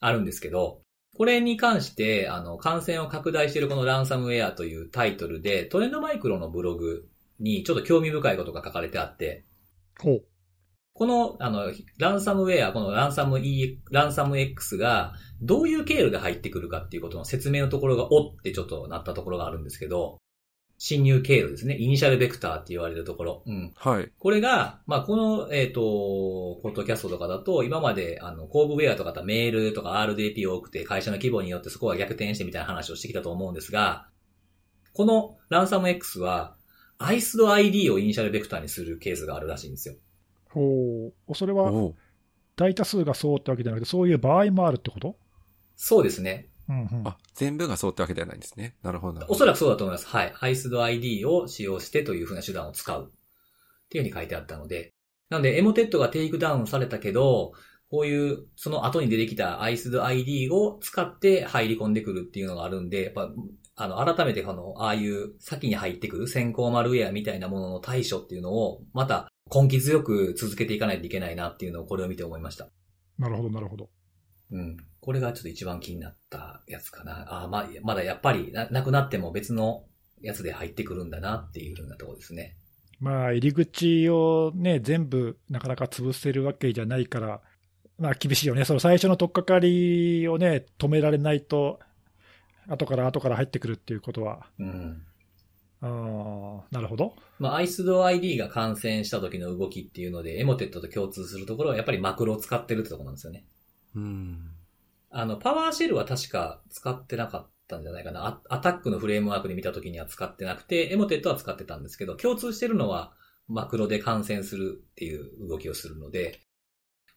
[SPEAKER 1] あるんですけど、これに関して、あの、感染を拡大しているこのランサムウェアというタイトルで、トレンドマイクロのブログにちょっと興味深いことが書かれてあって、
[SPEAKER 3] ほう。
[SPEAKER 1] この、あの、ランサムウェア、このランサム E、ランサム X が、どういう経路で入ってくるかっていうことの説明のところが、おってちょっとなったところがあるんですけど、侵入経路ですね。イニシャルベクターって言われるところ。うん。
[SPEAKER 2] はい。
[SPEAKER 1] これが、まあ、この、えっ、と、ポッドキャストとかだと、今まで、あの、工部ウェアとかだったらメールとか RDP 多くて、会社の規模によってそこは逆転してみたいな話をしてきたと思うんですが、このランサム X は、アイスド ID をイニシャルベクターにするケースがあるらしいんですよ。
[SPEAKER 3] ほう。それは
[SPEAKER 2] おう
[SPEAKER 3] 大多数がそうってわけじゃなくて、そういう場合もあるってこと
[SPEAKER 1] そうですね。
[SPEAKER 3] うんうん。
[SPEAKER 2] あ、全部がそうってわけではないんですね。なるほどなるほ
[SPEAKER 1] お
[SPEAKER 2] ど。
[SPEAKER 1] そらくそうだと思います。はい。アイスド ID を使用してというふうな手段を使う。っていうふうに書いてあったので。なので、エモテットがテイクダウンされたけど、こういう、その後に出てきたアイスド ID を使って入り込んでくるっていうのがあるんで、やっぱ、あの、改めてこの、ああいう先に入ってくる先行マルウェアみたいなものの対処っていうのを、また根気強く続けていかないといけないなっていうのをこれを見て思いました。
[SPEAKER 3] なるほど、なるほど。
[SPEAKER 1] うん。これがちょっと一番気になったやつかな。あーまあ、まだやっぱりな、なくなっても別のやつで入ってくるんだなっていうふうなところですね。
[SPEAKER 3] まあ、入り口をね、全部なかなか潰せるわけじゃないから、まあ、厳しいよね。その最初の取っかかりをね、止められないと、後から後から入ってくるっていうことは。
[SPEAKER 1] うん。
[SPEAKER 3] あーなるほど。
[SPEAKER 1] まあ、アイスド ID が感染した時の動きっていうので、エモテットと共通するところはやっぱりマクロを使ってるってところなんですよね。
[SPEAKER 2] うん。
[SPEAKER 1] あの、パワーシェルは確か使ってなかったんじゃないかな。アアタックのフレームワークで見た時には使ってなくて、エモテットは使ってたんですけど、共通してるのはマクロで感染するっていう動きをするので、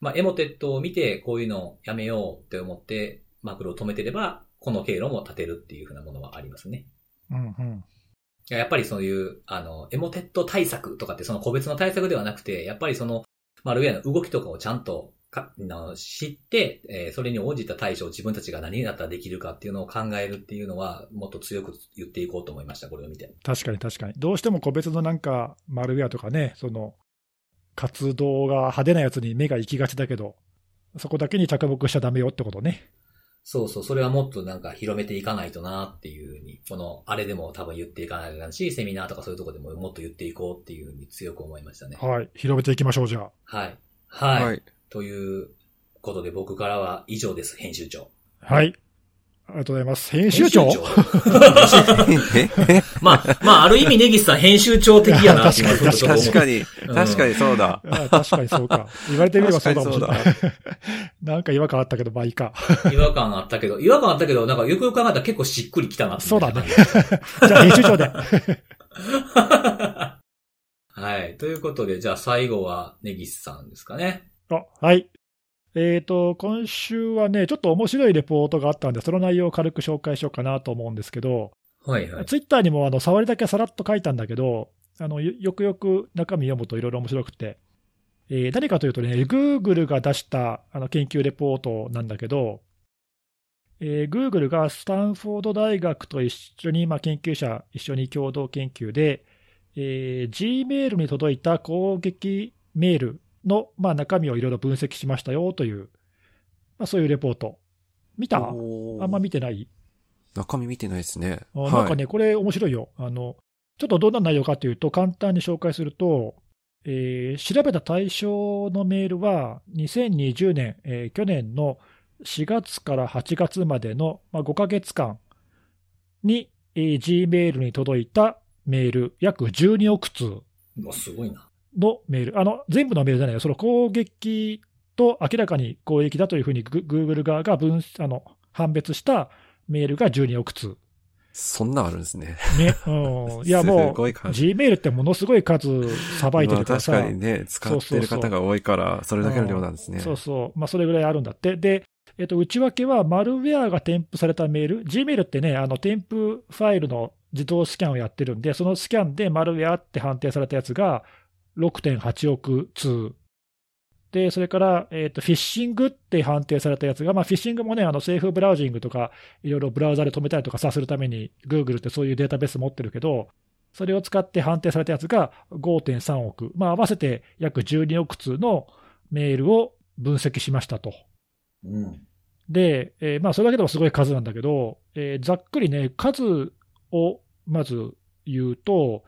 [SPEAKER 1] まあ、エモテットを見て、こういうのやめようって思って、マクロを止めてれば、この経路も立てるっていうふうなものはありますね。
[SPEAKER 3] うんうん。
[SPEAKER 1] いややっぱりそういう、あの、エモテット対策とかってその個別の対策ではなくて、やっぱりその、まあ、ルウェアの動きとかをちゃんとかあの知って、えーそれに応じた対処を自分たちが何だったらできるかっていうのを考えるっていうのは、もっと強く言っていこうと思いました、これを見て。
[SPEAKER 3] 確かに確かに。どうしても個別のなんか、マルウェアとかね、その、活動が派手なやつに目が行きがちだけど、そこだけに着目しちゃダメよってことね。
[SPEAKER 1] そうそう、それはもっとなんか広めていかないとなっていうふうに、このあれでも多分言っていかないとなし、セミナーとかそういうとこでももっと言っていこうっていうふうに強く思いましたね。
[SPEAKER 3] はい。広めていきましょう、じゃあ。
[SPEAKER 1] はい。はい。
[SPEAKER 2] はい。
[SPEAKER 1] ということで僕からは以上です、編集長。
[SPEAKER 3] はい。ありがとうございます。編集長
[SPEAKER 1] 編集 まあ、まあ、ある意味ネギスさん編集長的やなって今
[SPEAKER 3] 確かに
[SPEAKER 1] ちょっと思
[SPEAKER 2] 確
[SPEAKER 1] った
[SPEAKER 2] かに、確かにそうだ。
[SPEAKER 3] あ確かにそうか。言われてみればそうかもしれない
[SPEAKER 2] 確。
[SPEAKER 3] なんか違和感あったけど、まあいいか。
[SPEAKER 1] 違和感あったけど、違和感あったけど、なんかよくよく考えたら結構しっくりきたなってい
[SPEAKER 3] そうだね。じゃあ編集長で。
[SPEAKER 1] はい。ということで、じゃあ最後はネギスさんですかね。
[SPEAKER 3] あ、はい。えっ、と、今週はね、ちょっと面白いレポートがあったんで、その内容を軽く紹介しようかなと思うんですけど、
[SPEAKER 1] はいはい。
[SPEAKER 3] ツイッターにもあの触りだけさらっと書いたんだけど、あのよよくよく中身読むといろいろ面白くて、えー誰かというとね、Google が出したあの研究レポートなんだけど、えー Google がスタンフォード大学と一緒に、まあ、研究者、一緒に共同研究で、えー Gmail に届いた攻撃メールの、まあ、中身をいろいろ分析しましたよという、まあ、そういうレポート。見たあ
[SPEAKER 2] おー
[SPEAKER 3] んま見てない
[SPEAKER 2] 中身見てないですね。
[SPEAKER 3] あなんか
[SPEAKER 2] はい
[SPEAKER 3] ね、これ面白いよ。あの、ちょっとどんな内容かというと、簡単に紹介すると、えー調べた対象のメールは、2020年、えー去年の4月から8月までの、まあ、5ヶ月間に、えー Gmail に届いたメール、約12億通
[SPEAKER 1] うわすごいな。
[SPEAKER 3] のメール、あの全部のメールじゃないよ、その攻撃と明らかに攻撃だというふうにグ、Google 側が分あの判別したメールが12億通。
[SPEAKER 2] そんなんあるんですね。
[SPEAKER 3] ね、うん。いや、も
[SPEAKER 2] す
[SPEAKER 3] う、
[SPEAKER 2] ごい感じ。
[SPEAKER 3] Gmail ってものすごい数さばいて
[SPEAKER 2] ま
[SPEAKER 3] る
[SPEAKER 2] あ
[SPEAKER 3] から
[SPEAKER 2] 確
[SPEAKER 3] さ、
[SPEAKER 2] かにね、使ってる方が多いから、それだけの量なんですね。
[SPEAKER 3] そうそう、まあ、それぐらいあるんだって。で、えっと、内訳は、マルウェアが添付されたメール、Gmail ってね、あの添付ファイルの自動スキャンをやってるんで、そのスキャンでマルウェアって判定されたやつが6.8億通。で、それから、えっと、フィッシングって判定されたやつが、まあ、フィッシングもね、あの、セーフブラウジングとか、いろいろブラウザで止めたりとかさ、するために、Google ってそういうデータベース持ってるけど、それを使って判定されたやつが5.3億、まあ、合わせて約12億通のメールを分析しましたと。
[SPEAKER 1] うん。
[SPEAKER 3] で、えーまあ、それだけでもすごい数なんだけど、えーざっくりね、数をまず言うと、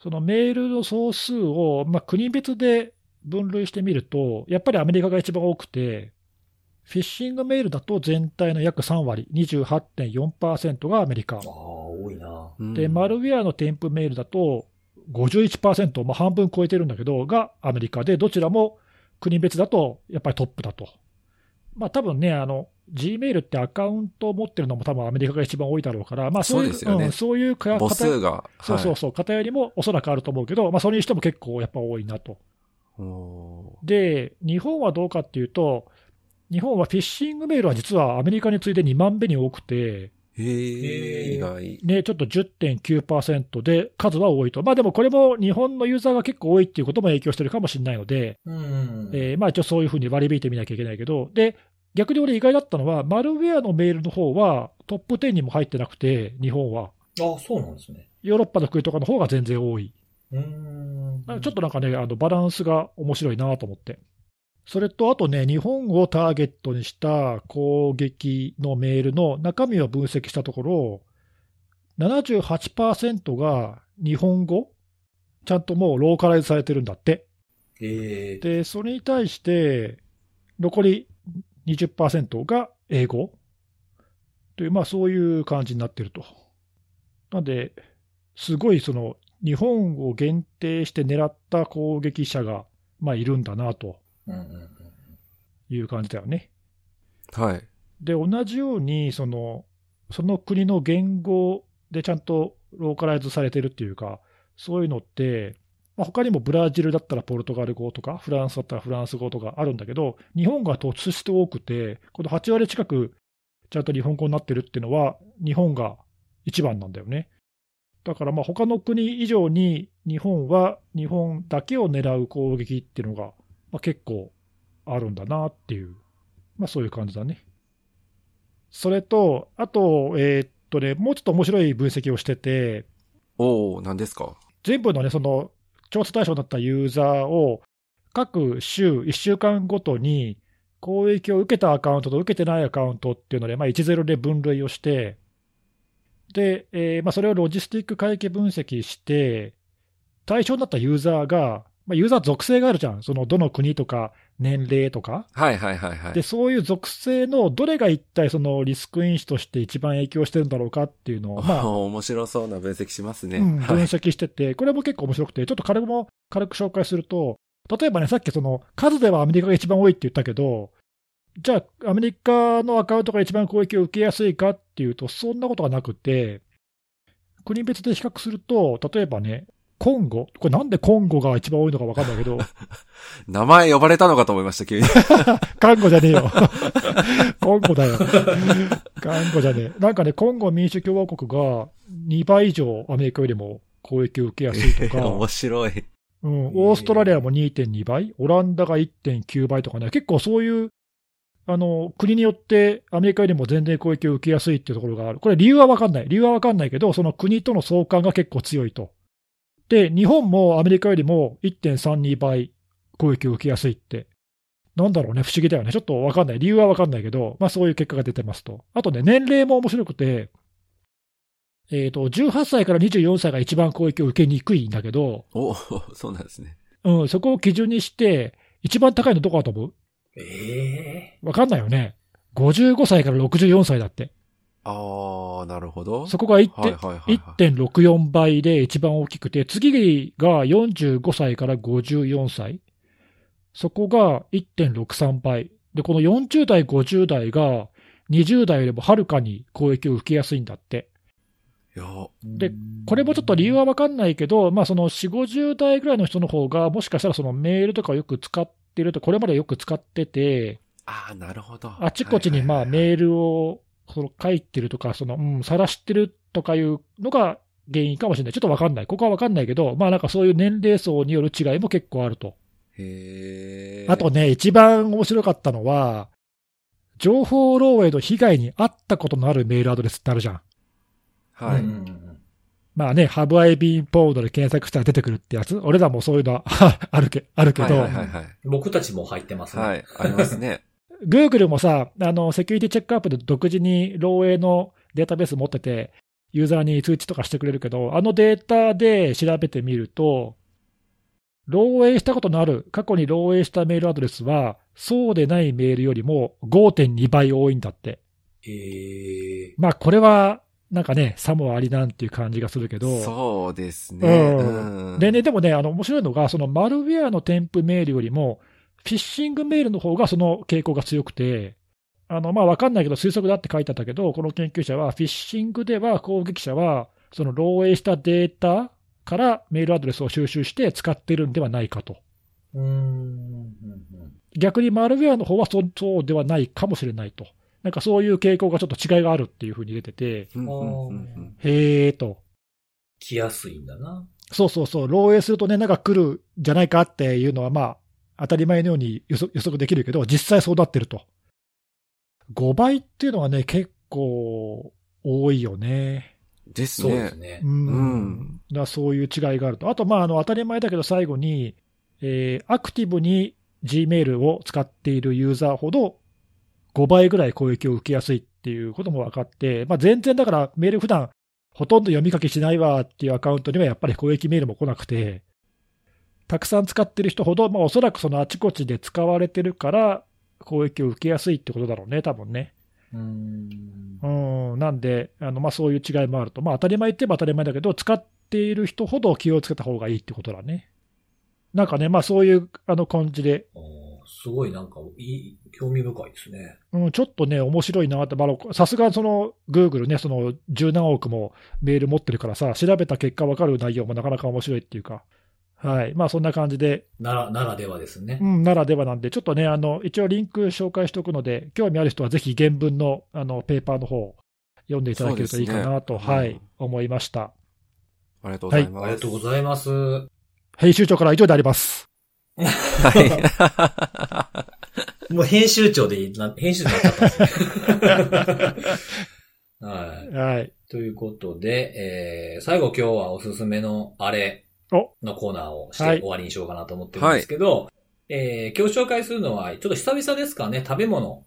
[SPEAKER 3] そのメールの総数を、まあ、国別で分類してみると、やっぱりアメリカが一番多くて、フィッシングメールだと全体の約3割、28.4%がアメリカ
[SPEAKER 1] ああ、。多いな。
[SPEAKER 2] うん
[SPEAKER 3] で、マルウェアの添付メールだと51%、まあ、半分超えてるんだけど、がアメリカで、どちらも国別だとやっぱりトップだと。まあ多分ね、あの、Gmail ってアカウントを持ってるのも多分アメリカが一番多いだろうから、まあそういう、
[SPEAKER 2] そうですよね
[SPEAKER 3] んそういうか
[SPEAKER 2] 母数
[SPEAKER 3] 偏
[SPEAKER 2] が。
[SPEAKER 3] そうそうそう、偏りもおそらくあると思うけど、まあそれにしても結構やっぱ多いなと。
[SPEAKER 2] う。お
[SPEAKER 3] で、日本はどうかっていうと、日本はフィッシングメールは実はアメリカに次いで2万目に多くて、
[SPEAKER 2] ー
[SPEAKER 1] へ
[SPEAKER 2] へ
[SPEAKER 1] ー
[SPEAKER 2] え、意外。
[SPEAKER 3] ね、ちょっと10.9%で数は多いと。まあでもこれも日本のユーザーが結構多いっていうことも影響してるかもしれないので、
[SPEAKER 1] うん。
[SPEAKER 3] えーまあ一応そういうふうに割り引いてみなきゃいけないけど、で、逆に俺意外だったのは、マルウェアのメールの方はトップ10にも入ってなくて、日本は。
[SPEAKER 1] あそうなんですね。
[SPEAKER 3] ヨーロッパの国とかの方が全然多い。
[SPEAKER 1] うん
[SPEAKER 3] なんかちょっとなんかね、あのバランスが面白いなと思って。それと、あとね、日本をターゲットにした攻撃のメールの中身を分析したところ、78%が日本語ちゃんともうローカライズされてるんだって。
[SPEAKER 1] えー、
[SPEAKER 3] で、それに対して、残り20%が英語という、まあそういう感じになってると。なんで、すごいその、日本を限定して狙った攻撃者が、まあいるんだなと
[SPEAKER 1] うんうんうん
[SPEAKER 3] いう感じだよね。
[SPEAKER 2] はい。
[SPEAKER 3] で、同じように、その、その国の言語でちゃんとローカライズされてるっていうか、そういうのって、まあ、他にもブラジルだったらポルトガル語とか、フランスだったらフランス語とかあるんだけど、日本語が突出して多くて、この8割近くちゃんと日本語になってるっていうのは、日本が一番なんだよね。だからまあ他の国以上に日本は日本だけを狙う攻撃っていうのが、まあ、結構あるんだなっていう、まあそういう感じだね。それと、あと、えーっとね、もうちょっと面白い分析をしてて、
[SPEAKER 2] おー、何ですか
[SPEAKER 3] 全部のね、その、調査対象だったユーザーを、各週、1週間ごとに、攻撃を受けたアカウントと受けてないアカウントっていうので、まあ、10で分類をして、で、えーまあ、それをロジスティック回帰分析して、対象になったユーザーが、まあ、ユーザー属性があるじゃん。その、どの国とか、年齢とか。
[SPEAKER 2] はいはいはいはい。
[SPEAKER 3] で、そういう属性のどれが一体そのリスク因子として一番影響してるんだろうかっていうのを、ま あ、
[SPEAKER 2] 面白そうな分析しますね。
[SPEAKER 3] うん、分
[SPEAKER 2] はい。
[SPEAKER 3] 析してて、これも結構面白くて、ちょっと軽くも軽く紹介すると、例えばね、さっきその数ではアメリカが一番多いって言ったけど、じゃあ、アメリカのアカウントが一番攻撃を受けやすいかっていうと、そんなことがなくて、国別で比較すると、例えばね、コンゴ、これなんでコンゴが一番多いのか分かんないけど、
[SPEAKER 2] 名前呼ばれたのかと思いました、急に。
[SPEAKER 3] カンゴじゃねえよ。コンゴだよ。カンゴじゃねえ。なんかね、コンゴ民主共和国が2倍以上アメリカよりも攻撃を受けやすいと か、
[SPEAKER 2] 面白い。
[SPEAKER 3] うん、オーストラリアも2.2倍、オランダが1.9倍とかね、結構そういう、あの、国によってアメリカよりも全然攻撃を受けやすいっていうところがある。これ理由はわかんない。理由はわかんないけど、その国との相関が結構強いと。で、日本もアメリカよりも1.32倍攻撃を受けやすいって。なんだろうね、不思議だよね。ちょっとわかんない。理由はわかんないけど、まあそういう結果が出てますと。あとね、年齢も面白くて、えっ、と、18歳から24歳が一番攻撃を受けにくいんだけど、
[SPEAKER 2] おーそうなんですね。
[SPEAKER 3] うん、そこを基準にして、一番高いのどこだと思
[SPEAKER 1] ええ
[SPEAKER 3] うわかんないよね。55歳から64歳だって。
[SPEAKER 2] ああ、なるほど。
[SPEAKER 3] そこが1.、
[SPEAKER 2] はいはいはい、はい。
[SPEAKER 3] 1.64倍で一番大きくて、次が45歳から54歳。そこが1.63倍。で、この40代、50代が20代よりもはるかに攻撃を受けやすいんだって。
[SPEAKER 2] いや、
[SPEAKER 3] で、これもちょっと理由はわかんないけど、まあ、その4、50代ぐらいの人の方が、もしかしたらそのメールとかをよく使ってると、これまでよく使ってて、
[SPEAKER 2] ああ、なるほど。
[SPEAKER 3] あちこちにまあ
[SPEAKER 2] ー
[SPEAKER 3] メールをその書いてるとか、その、うん、晒してるとかいうのが原因かもしれない。ちょっとわかんない。ここはわかんないけど、まあなんかそういう年齢層による違いも結構あると。
[SPEAKER 2] へえ。
[SPEAKER 3] あと、ね、一番面白かったのは、情報漏洩の被害に遭ったことのあるメールアドレスってあるじゃん。
[SPEAKER 2] はい。
[SPEAKER 1] うんうんうん
[SPEAKER 3] まあね、ハブアイビーンポードで検索したら出てくるってやつ。俺らもそういうのは あるけあるけ
[SPEAKER 2] はい
[SPEAKER 3] ど、
[SPEAKER 2] はいはいはい。
[SPEAKER 1] 僕たちも入ってますね。
[SPEAKER 2] はい。ありますね。
[SPEAKER 3] Google もさ、あの、セキュリティチェックアップで独自に漏洩のデータベース持ってて、ユーザーに通知とかしてくれるけど、あのデータで調べてみると、漏洩したことのある、過去に漏洩したメールアドレスは、そうでないメールよりも5.2倍多いんだって。
[SPEAKER 1] ええ
[SPEAKER 3] まあ、これは、なんかね、差もありなんていう感じがす るけど。
[SPEAKER 2] そうですね。
[SPEAKER 3] うん
[SPEAKER 2] うん
[SPEAKER 3] でね、でもね、あの、面白いのが、そのマルウェアの添付メールよりも、フィッシングメールの方がその傾向が強くて、あの、まあ、わかんないけど推測だって書いてあったけど、この研究者は、フィッシングでは攻撃者は、その漏洩したデータからメールアドレスを収集して使ってるんではないかと。
[SPEAKER 1] ー。うーん。
[SPEAKER 3] 逆にマルウェアの方はそそうではないかもしれないと。なんかそういう傾向がちょっと違いがあるっていうふうに出てて、
[SPEAKER 2] うんうんうんう
[SPEAKER 1] あー
[SPEAKER 2] ん
[SPEAKER 3] へーと。
[SPEAKER 1] 来やすいんだな。
[SPEAKER 3] そうそうそう、漏洩するとね、なんか来るんじゃないかっていうのは、まあ、当たり前のように予測予測できるけど、実際そうなってると。5倍っていうのはね、結構多いよね。
[SPEAKER 2] です
[SPEAKER 1] そうで
[SPEAKER 2] ね
[SPEAKER 1] す。ね。
[SPEAKER 3] うん。
[SPEAKER 2] うん。
[SPEAKER 3] だからそういう違いがあると。あと、まあ、あの、当たり前だけど最後に、えーアクティブに Gmail を使っているユーザーほど、5倍ぐらい攻撃を受けやすいっていうことも分かって、まあ、全然だからメール普段ほとんど読み書きしないわっていうアカウントにはやっぱり攻撃メールも来なくて、たくさん使ってる人ほど、まあ、おそらくそのあちこちで使われてるから、攻撃を受けやすいってことだろうね、多分ね。
[SPEAKER 1] うーん。
[SPEAKER 3] うん、なんで、あのまあ、そういう違いもあると、まあ、当たり前って言えば当たり前だけど、使っている人ほど気をつけた方がいいってことだね。なんかね、まあ、そういうあの感じで、
[SPEAKER 1] おーすごいなんか、いい、興味深いですね。
[SPEAKER 3] うん、ちょっとね、面白いなって、まあさすがその Google ね、その十何億もメール持ってるからさ、調べた結果分かる内容もなかなか面白いっていうか、はい、まあそんな感じで、
[SPEAKER 1] なら、ならではですね
[SPEAKER 3] う。ん、ならではなんで、ちょっとね、あの一応リンク紹介しておくので、興味ある人はぜひ原文のあのペーパーの方、読んでいただけるといいかなと、
[SPEAKER 2] そうですね
[SPEAKER 3] はい、
[SPEAKER 2] うん
[SPEAKER 3] 思いました。
[SPEAKER 2] ありがとうございます。
[SPEAKER 1] ありがとうございます。
[SPEAKER 3] 編集長からは以上であります。
[SPEAKER 2] はい。
[SPEAKER 1] もう編集長でいい、な編集長になっちゃった んですね。はい。
[SPEAKER 3] はい。
[SPEAKER 1] ということで、えー、最後今日はおすすめのあれ
[SPEAKER 3] お
[SPEAKER 1] のコーナーをして
[SPEAKER 3] はい
[SPEAKER 1] 終わりにしようかなと思ってるんですけど、えー、今日紹介するのは、ちょっと久々ですかね、食べ物を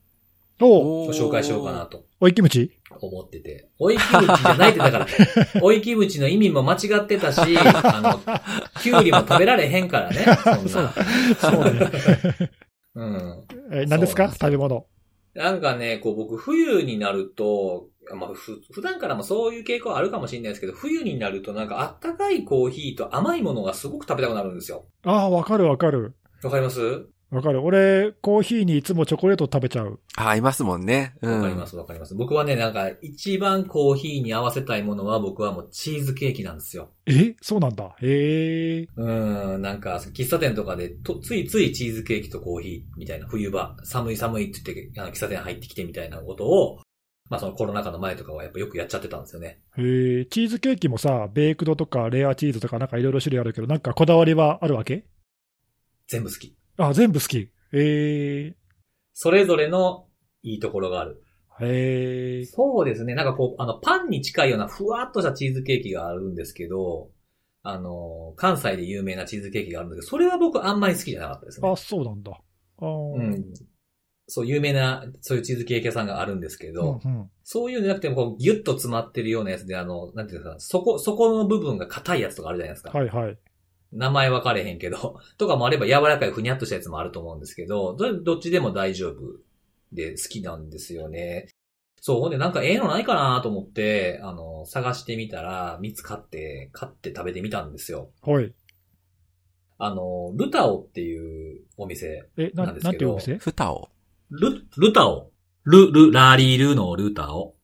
[SPEAKER 3] お
[SPEAKER 1] ご紹介しようかな。と
[SPEAKER 3] おいキムチ
[SPEAKER 1] 思ってて。おいキムチじゃないってだから、おいキムチの意味も間違ってたし、あの、きゅうりも食べられへんからね、そんな。
[SPEAKER 3] そうね。
[SPEAKER 1] うん。
[SPEAKER 3] え何です
[SPEAKER 1] そうなん
[SPEAKER 3] か
[SPEAKER 1] です
[SPEAKER 3] 食べ物。
[SPEAKER 1] なんかね、こう僕、冬になると、まあ、ふ普段からもそういう傾向あるかもしれないですけど、冬になるとなんかあったかいコーヒーと甘いものがすごく食べたくなるんですよ。
[SPEAKER 3] ああ、わかるわかる。
[SPEAKER 1] わかりますわ、
[SPEAKER 3] わかる。俺、コーヒーにいつもチョコレート食べちゃう。
[SPEAKER 2] あ、いますもんね。うん。
[SPEAKER 1] かりますわかります。僕はね、なんか一番コーヒーに合わせたいものは僕はもうチーズケーキなんですよ。
[SPEAKER 3] えそうなんだ。へえ。
[SPEAKER 1] うん、なんか喫茶店とかでとついついチーズケーキとコーヒーみたいな冬場、寒い寒いって言ってあの喫茶店入ってきてみたいなことを、まあそのコロナ禍の前とかはやっぱよくやっちゃってたんですよね。
[SPEAKER 3] へえ。チーズケーキもさ、ベイクドとかレアチーズとかなんかいろいろ種類あるけど、なんかこだわりはあるわけ
[SPEAKER 1] 全部好き。
[SPEAKER 3] あ、全部好き。へえ。
[SPEAKER 1] それぞれのいいところがある。
[SPEAKER 3] へえ。
[SPEAKER 1] そうですね。なんかこう、あの、パンに近いようなふわっとしたチーズケーキがあるんですけど、あの、関西で有名なチーズケーキがあるんだけど、それは僕あんまり好きじゃなかったですね
[SPEAKER 3] あ、。そうなんだ。あ
[SPEAKER 1] う
[SPEAKER 3] ー
[SPEAKER 1] ん。そう、有名な、そういうチーズケーキ屋さんがあるんですけど、
[SPEAKER 3] うんうん
[SPEAKER 1] そういうのじゃなくても、こう、ギュッと詰まってるようなやつで、あの、なんていうんですか、そこ、そこの部分が硬いやつとかあるじゃないですか。
[SPEAKER 3] はいはい。
[SPEAKER 1] 名前分かれへんけど、 とかもあれば柔らかいふにゃっとしたやつもあると思うんですけど、どどっちでも大丈夫で好きなんですよね。そう、ほんでなんかええのないかなと思って、あの、探してみたら、見つかって、買って食べてみたんですよ。
[SPEAKER 3] はい。
[SPEAKER 1] あの、ルタオっていうお店。
[SPEAKER 3] え、
[SPEAKER 1] な
[SPEAKER 3] なんん
[SPEAKER 1] です
[SPEAKER 3] なん
[SPEAKER 1] け
[SPEAKER 3] て
[SPEAKER 1] ど
[SPEAKER 3] いうお店
[SPEAKER 2] 蓋を。
[SPEAKER 1] ル、ルタオ。ル、ル、ラーリールのルタオ。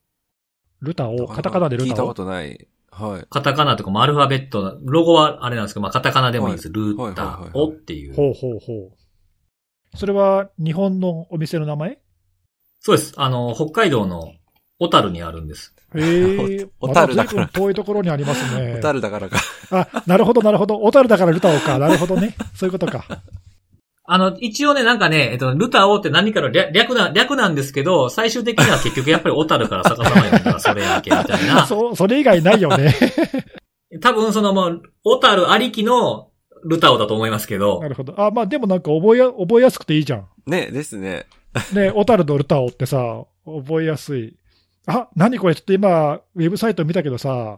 [SPEAKER 3] ルタを、
[SPEAKER 2] なかな
[SPEAKER 3] カ
[SPEAKER 2] か
[SPEAKER 3] タカナでル
[SPEAKER 2] 聞い
[SPEAKER 3] タ
[SPEAKER 2] た
[SPEAKER 3] を
[SPEAKER 2] こ。とない。はい。
[SPEAKER 1] カタカナとかもアルファベット、ロゴはあれなんですけど、まあカタカナでもいいです。ル
[SPEAKER 2] はいはい
[SPEAKER 1] タ
[SPEAKER 2] はい
[SPEAKER 1] オ
[SPEAKER 2] は
[SPEAKER 1] っ
[SPEAKER 2] い
[SPEAKER 1] ていう。
[SPEAKER 3] ほうほうほう。それは日本のお店の 名前
[SPEAKER 1] そうです。あの、北海道の小樽にあるんです。
[SPEAKER 3] へえ。
[SPEAKER 2] お小樽だから
[SPEAKER 3] ま随分遠いところにありま すね。
[SPEAKER 2] ホタルだからか。
[SPEAKER 3] あ、なるほど、なるほど。小樽だからルタオか。なるほどね。そういうことか。
[SPEAKER 1] あの、一応ね、なんかね、えっと、ルタオって何かの略略な、略なんですけど、最終的には結局やっぱり小樽から逆さまになったらそれやけ、みたいな。
[SPEAKER 3] そう、それ以外ないよね。
[SPEAKER 1] 多分そのもう、小樽ありきのルタオだと思いますけど
[SPEAKER 3] な、るほど。あ、まあでもなんか覚えや、覚えやすくていいじゃん。
[SPEAKER 2] ね、ですね。
[SPEAKER 3] ね、小樽のルタオってさ、覚えやすい。あ、何これちょっと今、ウェブサイト見たけどさ、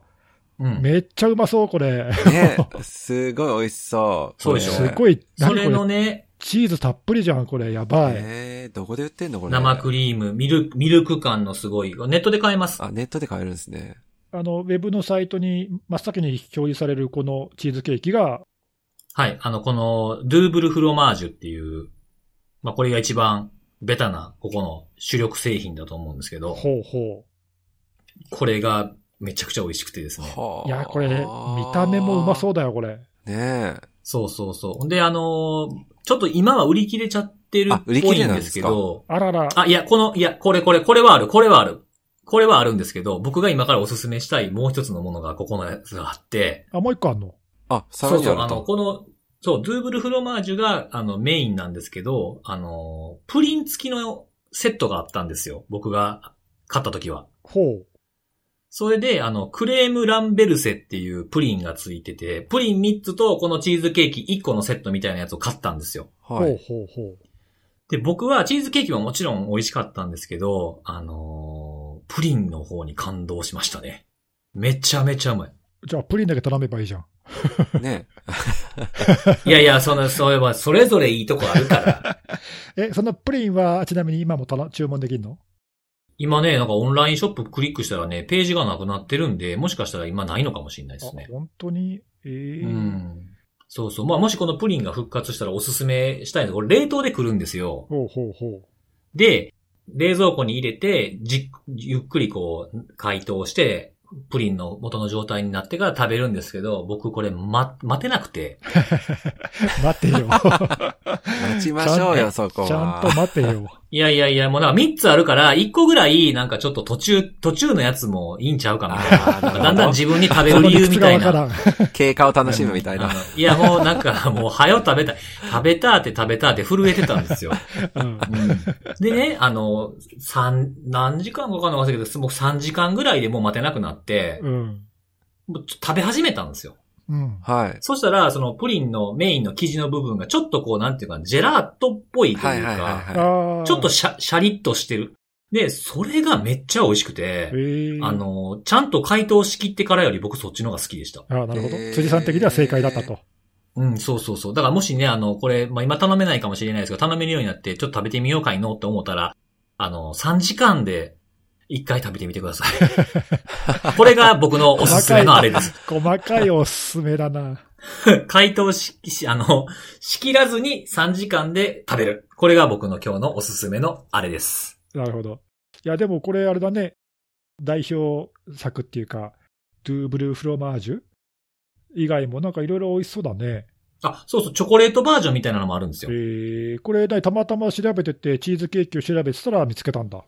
[SPEAKER 1] うん。
[SPEAKER 3] めっちゃうまそう、これ。
[SPEAKER 2] ね、すごい美味しそう。
[SPEAKER 1] そうでしょ
[SPEAKER 3] すごい、
[SPEAKER 1] そ
[SPEAKER 3] 何
[SPEAKER 1] れ
[SPEAKER 3] これ
[SPEAKER 1] のね、
[SPEAKER 3] チーズたっぷりじゃん、これ。やばい。
[SPEAKER 2] えー、どこで売ってんのこれ。
[SPEAKER 1] 生ク
[SPEAKER 2] リ
[SPEAKER 1] リーム、ミルク、ミルク感のすごい、ネットで買えます。
[SPEAKER 2] あ、ネットで買えるんですね。
[SPEAKER 3] あの、ウェブのサイトに真っ先に表示されるこのチーズケーキが、
[SPEAKER 1] はい。あの、この、ドゥーブルフロマージュっていう、まあ、これが一番、ベタな、ここの主力製品だと思うんですけど、
[SPEAKER 3] ほうほ
[SPEAKER 1] これがめちゃくちゃ美味しくてですね。
[SPEAKER 2] は
[SPEAKER 3] う。いや、これ、見た目もうまそうだよ、これ。
[SPEAKER 2] う。ね
[SPEAKER 1] そうそうそう。ほんで、あのーちょっと今は売り切れちゃってるっ
[SPEAKER 2] あ売り
[SPEAKER 1] ぽい
[SPEAKER 2] 切れ
[SPEAKER 1] ん
[SPEAKER 2] なん
[SPEAKER 1] で
[SPEAKER 2] ですす
[SPEAKER 1] け
[SPEAKER 2] か
[SPEAKER 1] ど、
[SPEAKER 3] あらら。
[SPEAKER 1] あ、いや、この、いや、これこれ、これはある、これはある。これはあるんですけど、僕が今からおすすめしたいもう一つのものがここのやつがあって、
[SPEAKER 3] あ、もう一個あんの
[SPEAKER 2] あ、さらに
[SPEAKER 1] そ
[SPEAKER 2] あ
[SPEAKER 1] うそう、あ
[SPEAKER 2] る
[SPEAKER 1] の、
[SPEAKER 2] と。
[SPEAKER 1] この、そう、ドゥーブルフロマージュが、あの、メインなんですけど、あのー、プリン付きのセットがあったんですよ。僕が買った時は。
[SPEAKER 3] ほう。
[SPEAKER 1] それで、あの、クレームランベルセっていうプリンが付いてて、プリン3つとこのチーズケーキ1個のセットみたいなやつを買ったんですよ。
[SPEAKER 2] は
[SPEAKER 3] ほう
[SPEAKER 2] い。
[SPEAKER 3] ほうほう。
[SPEAKER 1] で、僕はチーズケーキももちろん美味しかったんですけど、あのープリンの方に感動しましたね。めちゃめちゃうまい。
[SPEAKER 3] じゃあ、プリンだけ頼めばいいじゃん。
[SPEAKER 2] ね
[SPEAKER 1] いやいや、その、そういえば、それぞれいいとこあるから。
[SPEAKER 3] え、そのプリンは、ちなみに今も頼注文できるの
[SPEAKER 1] 今ね、なんかオンラインショップクリックしたらね、ページがなくなってるんで、もしかしたら今ないのかもしれないですね
[SPEAKER 3] あ、。本当にえー
[SPEAKER 1] うん。そうそう。まあ、もしこのプリンが復活したらおすすめしたいんです。これ冷凍で来るんですよ。
[SPEAKER 3] ほうほうほう。
[SPEAKER 1] で、冷蔵庫に入れて、じっ、ゆっくりこう、解凍して、プリンの元の状態になってから食べるんですけど、僕これ、ま、待てなくて、
[SPEAKER 3] 待てよ。
[SPEAKER 2] 待ちましょうよ、
[SPEAKER 3] ちゃ
[SPEAKER 2] そ
[SPEAKER 3] ん
[SPEAKER 2] こは。
[SPEAKER 3] ちゃんと待 てよ。
[SPEAKER 1] いやいやいや、もうなんか3つあるから、1個ぐらい、なんかちょっと途中、途中のやつもいいんちゃうかみたいな。
[SPEAKER 2] あーなるほど
[SPEAKER 1] だんだん自分に食べ
[SPEAKER 3] そ
[SPEAKER 1] る
[SPEAKER 3] の
[SPEAKER 1] 理
[SPEAKER 3] 理
[SPEAKER 1] 由み
[SPEAKER 3] 屈が
[SPEAKER 1] たい
[SPEAKER 3] わ
[SPEAKER 1] な
[SPEAKER 3] か。らん。
[SPEAKER 2] 経過を楽しむみたい
[SPEAKER 1] あの
[SPEAKER 2] な。
[SPEAKER 1] いや、もうなんか、 もう、早よ食べたい。食べたって食べたって震えてたんですよ。
[SPEAKER 3] うん
[SPEAKER 1] でね、あの、三、何時間かかんのか忘れたけど、僕3時間ぐらいでもう待てなくなって、
[SPEAKER 3] うん。
[SPEAKER 1] もうちょっと食べ始めたんですよ。
[SPEAKER 3] うん。
[SPEAKER 2] はい。
[SPEAKER 1] そしたら、そのプリンのメインの生地の部分がちょっとこう、なんていうか、ジェラートっぽいというか、
[SPEAKER 2] はいはいはいは
[SPEAKER 3] ああ。
[SPEAKER 1] ちょっとシャシャリッとしてる。で、それがめっちゃ美味しくて、
[SPEAKER 3] ええ
[SPEAKER 1] あ、の、ちゃんと解凍しきってからより僕そっちの方が好きでした。
[SPEAKER 3] ああ、なるほど
[SPEAKER 2] えー。
[SPEAKER 3] 辻さん的には正解だったと。
[SPEAKER 1] うん、そうそうそう。だからもしね、あの、これ、まあ、今頼めないかもしれないですけど、頼めるようになって、ちょっと食べてみようかいのって思ったら、あの、3時間で1回食べてみてくださ い。これが僕のおすすめのあれです。
[SPEAKER 3] 細かいおすすめだな。
[SPEAKER 1] 解凍し、しあの、しきらずに3時間で食べる。これが僕の今日のおすすめのあれです。
[SPEAKER 3] なるほど。いや、でもこれあれだね。代表作っていうか、ドゥーブルーフロマージュ以外もなんかいろいろ美味しそうだね。
[SPEAKER 1] あ、そうそう、チョコレートバージョンみたいなのもあるんですよ。
[SPEAKER 3] えー、これだいたまたま調べてて、チーズケーキを調べてたら見つけたんだ。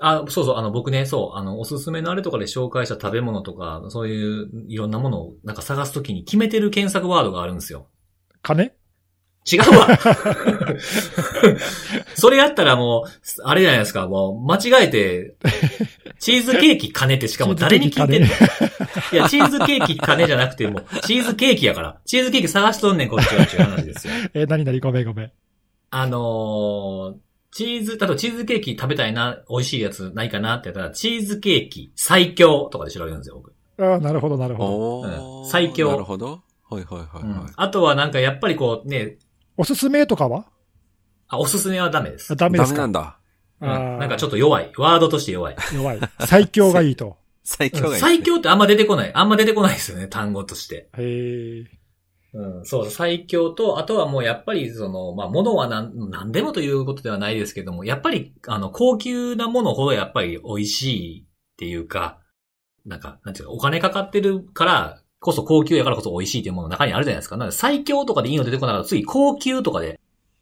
[SPEAKER 1] あ、そうそう、あの、僕ね、そう、あの、おすすめのあれとかで紹介した食べ物とか、そういういろんなものをなんか探すときに決めてる検索ワードがあるんですよ。
[SPEAKER 3] 金
[SPEAKER 1] 違うわそれやったらもう、あれじゃないですか、もう、間違えて、チーズケーキ金ってしかも誰に聞いてんの
[SPEAKER 3] チーズ
[SPEAKER 1] いや、チーズケーキ金じゃなくて、もう、チーズケーキやから。チーズケーキ探しとんねん、こっちはっていう話ですよ。
[SPEAKER 3] えー、何々ごめんごめん。
[SPEAKER 1] あのー、チーズ、例えばチーズケーキ食べたいな、美味しいやつないかなってやったら、チーズケーキ最強とかで調べるんですよ、僕。
[SPEAKER 3] ああ、なるほどなる
[SPEAKER 2] い。
[SPEAKER 3] ほど。
[SPEAKER 2] お
[SPEAKER 1] う
[SPEAKER 2] ー
[SPEAKER 1] ん最強
[SPEAKER 2] なるほど。はいはいは
[SPEAKER 1] う
[SPEAKER 2] いは
[SPEAKER 1] ん
[SPEAKER 2] い。。
[SPEAKER 1] あとはなんか、やっぱりこう、ね、
[SPEAKER 3] おすすめとかは
[SPEAKER 1] あ、おすすめはダメです
[SPEAKER 3] あ。ダメで
[SPEAKER 2] ダ
[SPEAKER 3] す
[SPEAKER 2] メ
[SPEAKER 3] か
[SPEAKER 2] なんだ。
[SPEAKER 1] うんなんかちょっ
[SPEAKER 3] っ
[SPEAKER 1] と弱い。ワードとして弱い。
[SPEAKER 3] と弱い。最強がいいと。
[SPEAKER 2] 最強がいいですね。
[SPEAKER 1] 最強ってあんま出てこない。あんま出てこないですよね、単語として。
[SPEAKER 3] へー
[SPEAKER 1] うん、そう、最強と、あとはもうやっぱり、その、まあ、物はなん、なんでもということではないですけども、やっぱり、あの、高級なものほどやっぱり美味しいっていうか、なんか、なんていうか、お金かかってるから、こそ高級やからこそ美味しいっていうものの中にあるじゃないですか。なので、最強とかでいいの出てこなかったら、次、高級とかで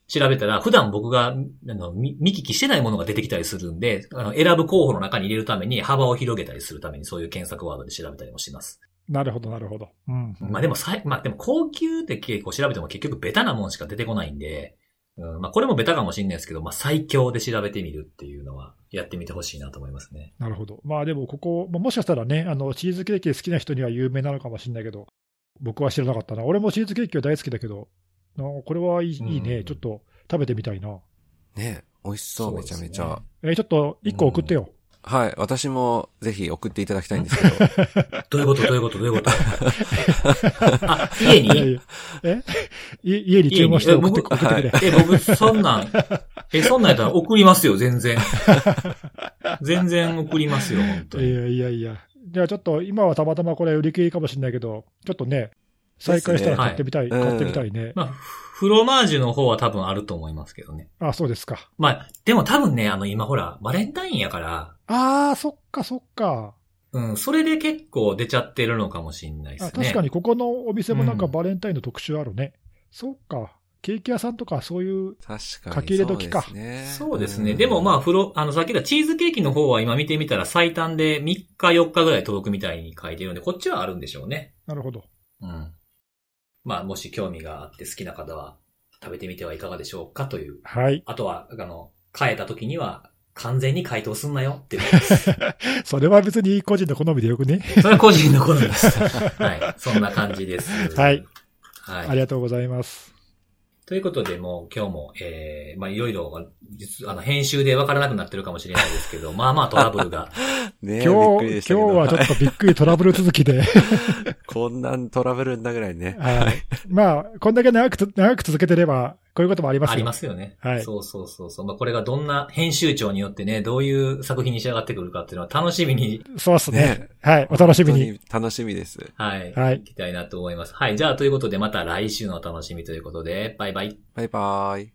[SPEAKER 1] 調べたら、普段僕が、あの、見見聞きしてないものが出てきたりするんで、あの、選ぶ候補の中に入れるために、幅を広げたりするために、そういう検索ワードで調べたりもします。
[SPEAKER 3] なるほどなるほど。うん。
[SPEAKER 1] まあでもさい、まあでも高級って結構調べても結局ベタなもんしか出てこないんで、うん、まあこれもベタかもしれないですけど、まあ最強で調べてみるっていうのはやってみてほしいなと思いますね。
[SPEAKER 3] なるほど。まあでも、ここ、まあもしかしたらね、あの、チーズケーキ好きな人には有名なのかもしれないけど、僕は知らなかったな。俺もチーズケーキは大好きだけど、あこれはいい
[SPEAKER 1] うん
[SPEAKER 3] いいね。ちょっと食べてみたいな。
[SPEAKER 2] ね美味しそう、
[SPEAKER 1] そう
[SPEAKER 2] め
[SPEAKER 1] で
[SPEAKER 2] ち
[SPEAKER 1] す
[SPEAKER 2] ゃ
[SPEAKER 1] ね
[SPEAKER 2] めちゃ。
[SPEAKER 3] えーちょっと1個送ってよ。
[SPEAKER 2] はい。私もぜひ送っていただきたいんですけど。
[SPEAKER 1] どういうことどういうことどういうこと あ、家
[SPEAKER 3] いやい
[SPEAKER 1] に
[SPEAKER 3] やえ い家に注文して送って
[SPEAKER 1] 家
[SPEAKER 3] 送
[SPEAKER 1] に
[SPEAKER 3] ってくれ。
[SPEAKER 1] え、僕、そんなん、え、そんなんやったら送りますよ、全 然。全然送りますよ、本当
[SPEAKER 3] い
[SPEAKER 1] に。
[SPEAKER 3] やいやいや。じゃあちょっと、今はたまたまこれ売り切りかもしれないけど、ちょっとね、再開したら買ってみたい、
[SPEAKER 2] ですねはい
[SPEAKER 3] 買ってみたいね。
[SPEAKER 1] まあ、フロマージュの方は多分あると思いますけどね。
[SPEAKER 3] あ、そうですか。
[SPEAKER 1] まあ、でも多分ね、あの今ほら、バレンタインやから、
[SPEAKER 3] ああ、そっかそっか。
[SPEAKER 1] うん、それで結構出ちゃってるのかもしんないで
[SPEAKER 3] あ
[SPEAKER 1] すね。
[SPEAKER 3] 確かにここのお店もなんか
[SPEAKER 1] うん
[SPEAKER 3] バレンタインの特集あるね、そうか、ケーキ屋さんとかそういう、
[SPEAKER 2] 確かに。
[SPEAKER 3] 書き入れ時か
[SPEAKER 2] そうですね。
[SPEAKER 1] そうですね。でもまあ、風呂、あの、さっき言ったチーズケーキの方は今見てみたら最短で3日4日ぐらい届くみたいに書いてるんで、こっちはあるんでしょうね。
[SPEAKER 3] なるほど、
[SPEAKER 1] うん。まあ、もし興味があって好きな方は食べてみてはいかがでしょうかという。
[SPEAKER 3] はい、
[SPEAKER 1] あとは、あの、変えた時には完全に解凍すんなよ っていう。
[SPEAKER 3] それは別に個人の好みでよくね、
[SPEAKER 1] それは個人の好みです。はい。そんな感じです。
[SPEAKER 3] はい。
[SPEAKER 1] はい。
[SPEAKER 3] ありがとうございます。
[SPEAKER 1] ということで、もう今日も、ええまあいろいろ、実あの、編集でわからなくなってるかもしれないですけど、 まあまあトラブルが。
[SPEAKER 2] ね
[SPEAKER 3] 今
[SPEAKER 2] びっく
[SPEAKER 3] 日
[SPEAKER 2] りでし
[SPEAKER 3] 今日
[SPEAKER 2] たけど
[SPEAKER 3] はちょっとびっくりトラブル続きで、
[SPEAKER 2] こんなんトラブルんだぐらいね。
[SPEAKER 3] はいまあ、こんだけ長くつ長く続けてれば、こういうこともありますよ
[SPEAKER 1] ありますよね。
[SPEAKER 3] はい
[SPEAKER 1] そうそうそうそう。まあこれがどんな編集長によってね、どういう作品に仕上がってくるかっていうのは楽しみに、
[SPEAKER 3] そうですね
[SPEAKER 2] ね
[SPEAKER 3] はい、お楽しみ
[SPEAKER 2] 本当
[SPEAKER 3] に。
[SPEAKER 2] に楽しみです。
[SPEAKER 1] はい。
[SPEAKER 3] はい
[SPEAKER 1] いきたいなと思います。はい。じゃあ、ということで、また来週のお楽しみということで、バイバイ。
[SPEAKER 2] バイバーイ。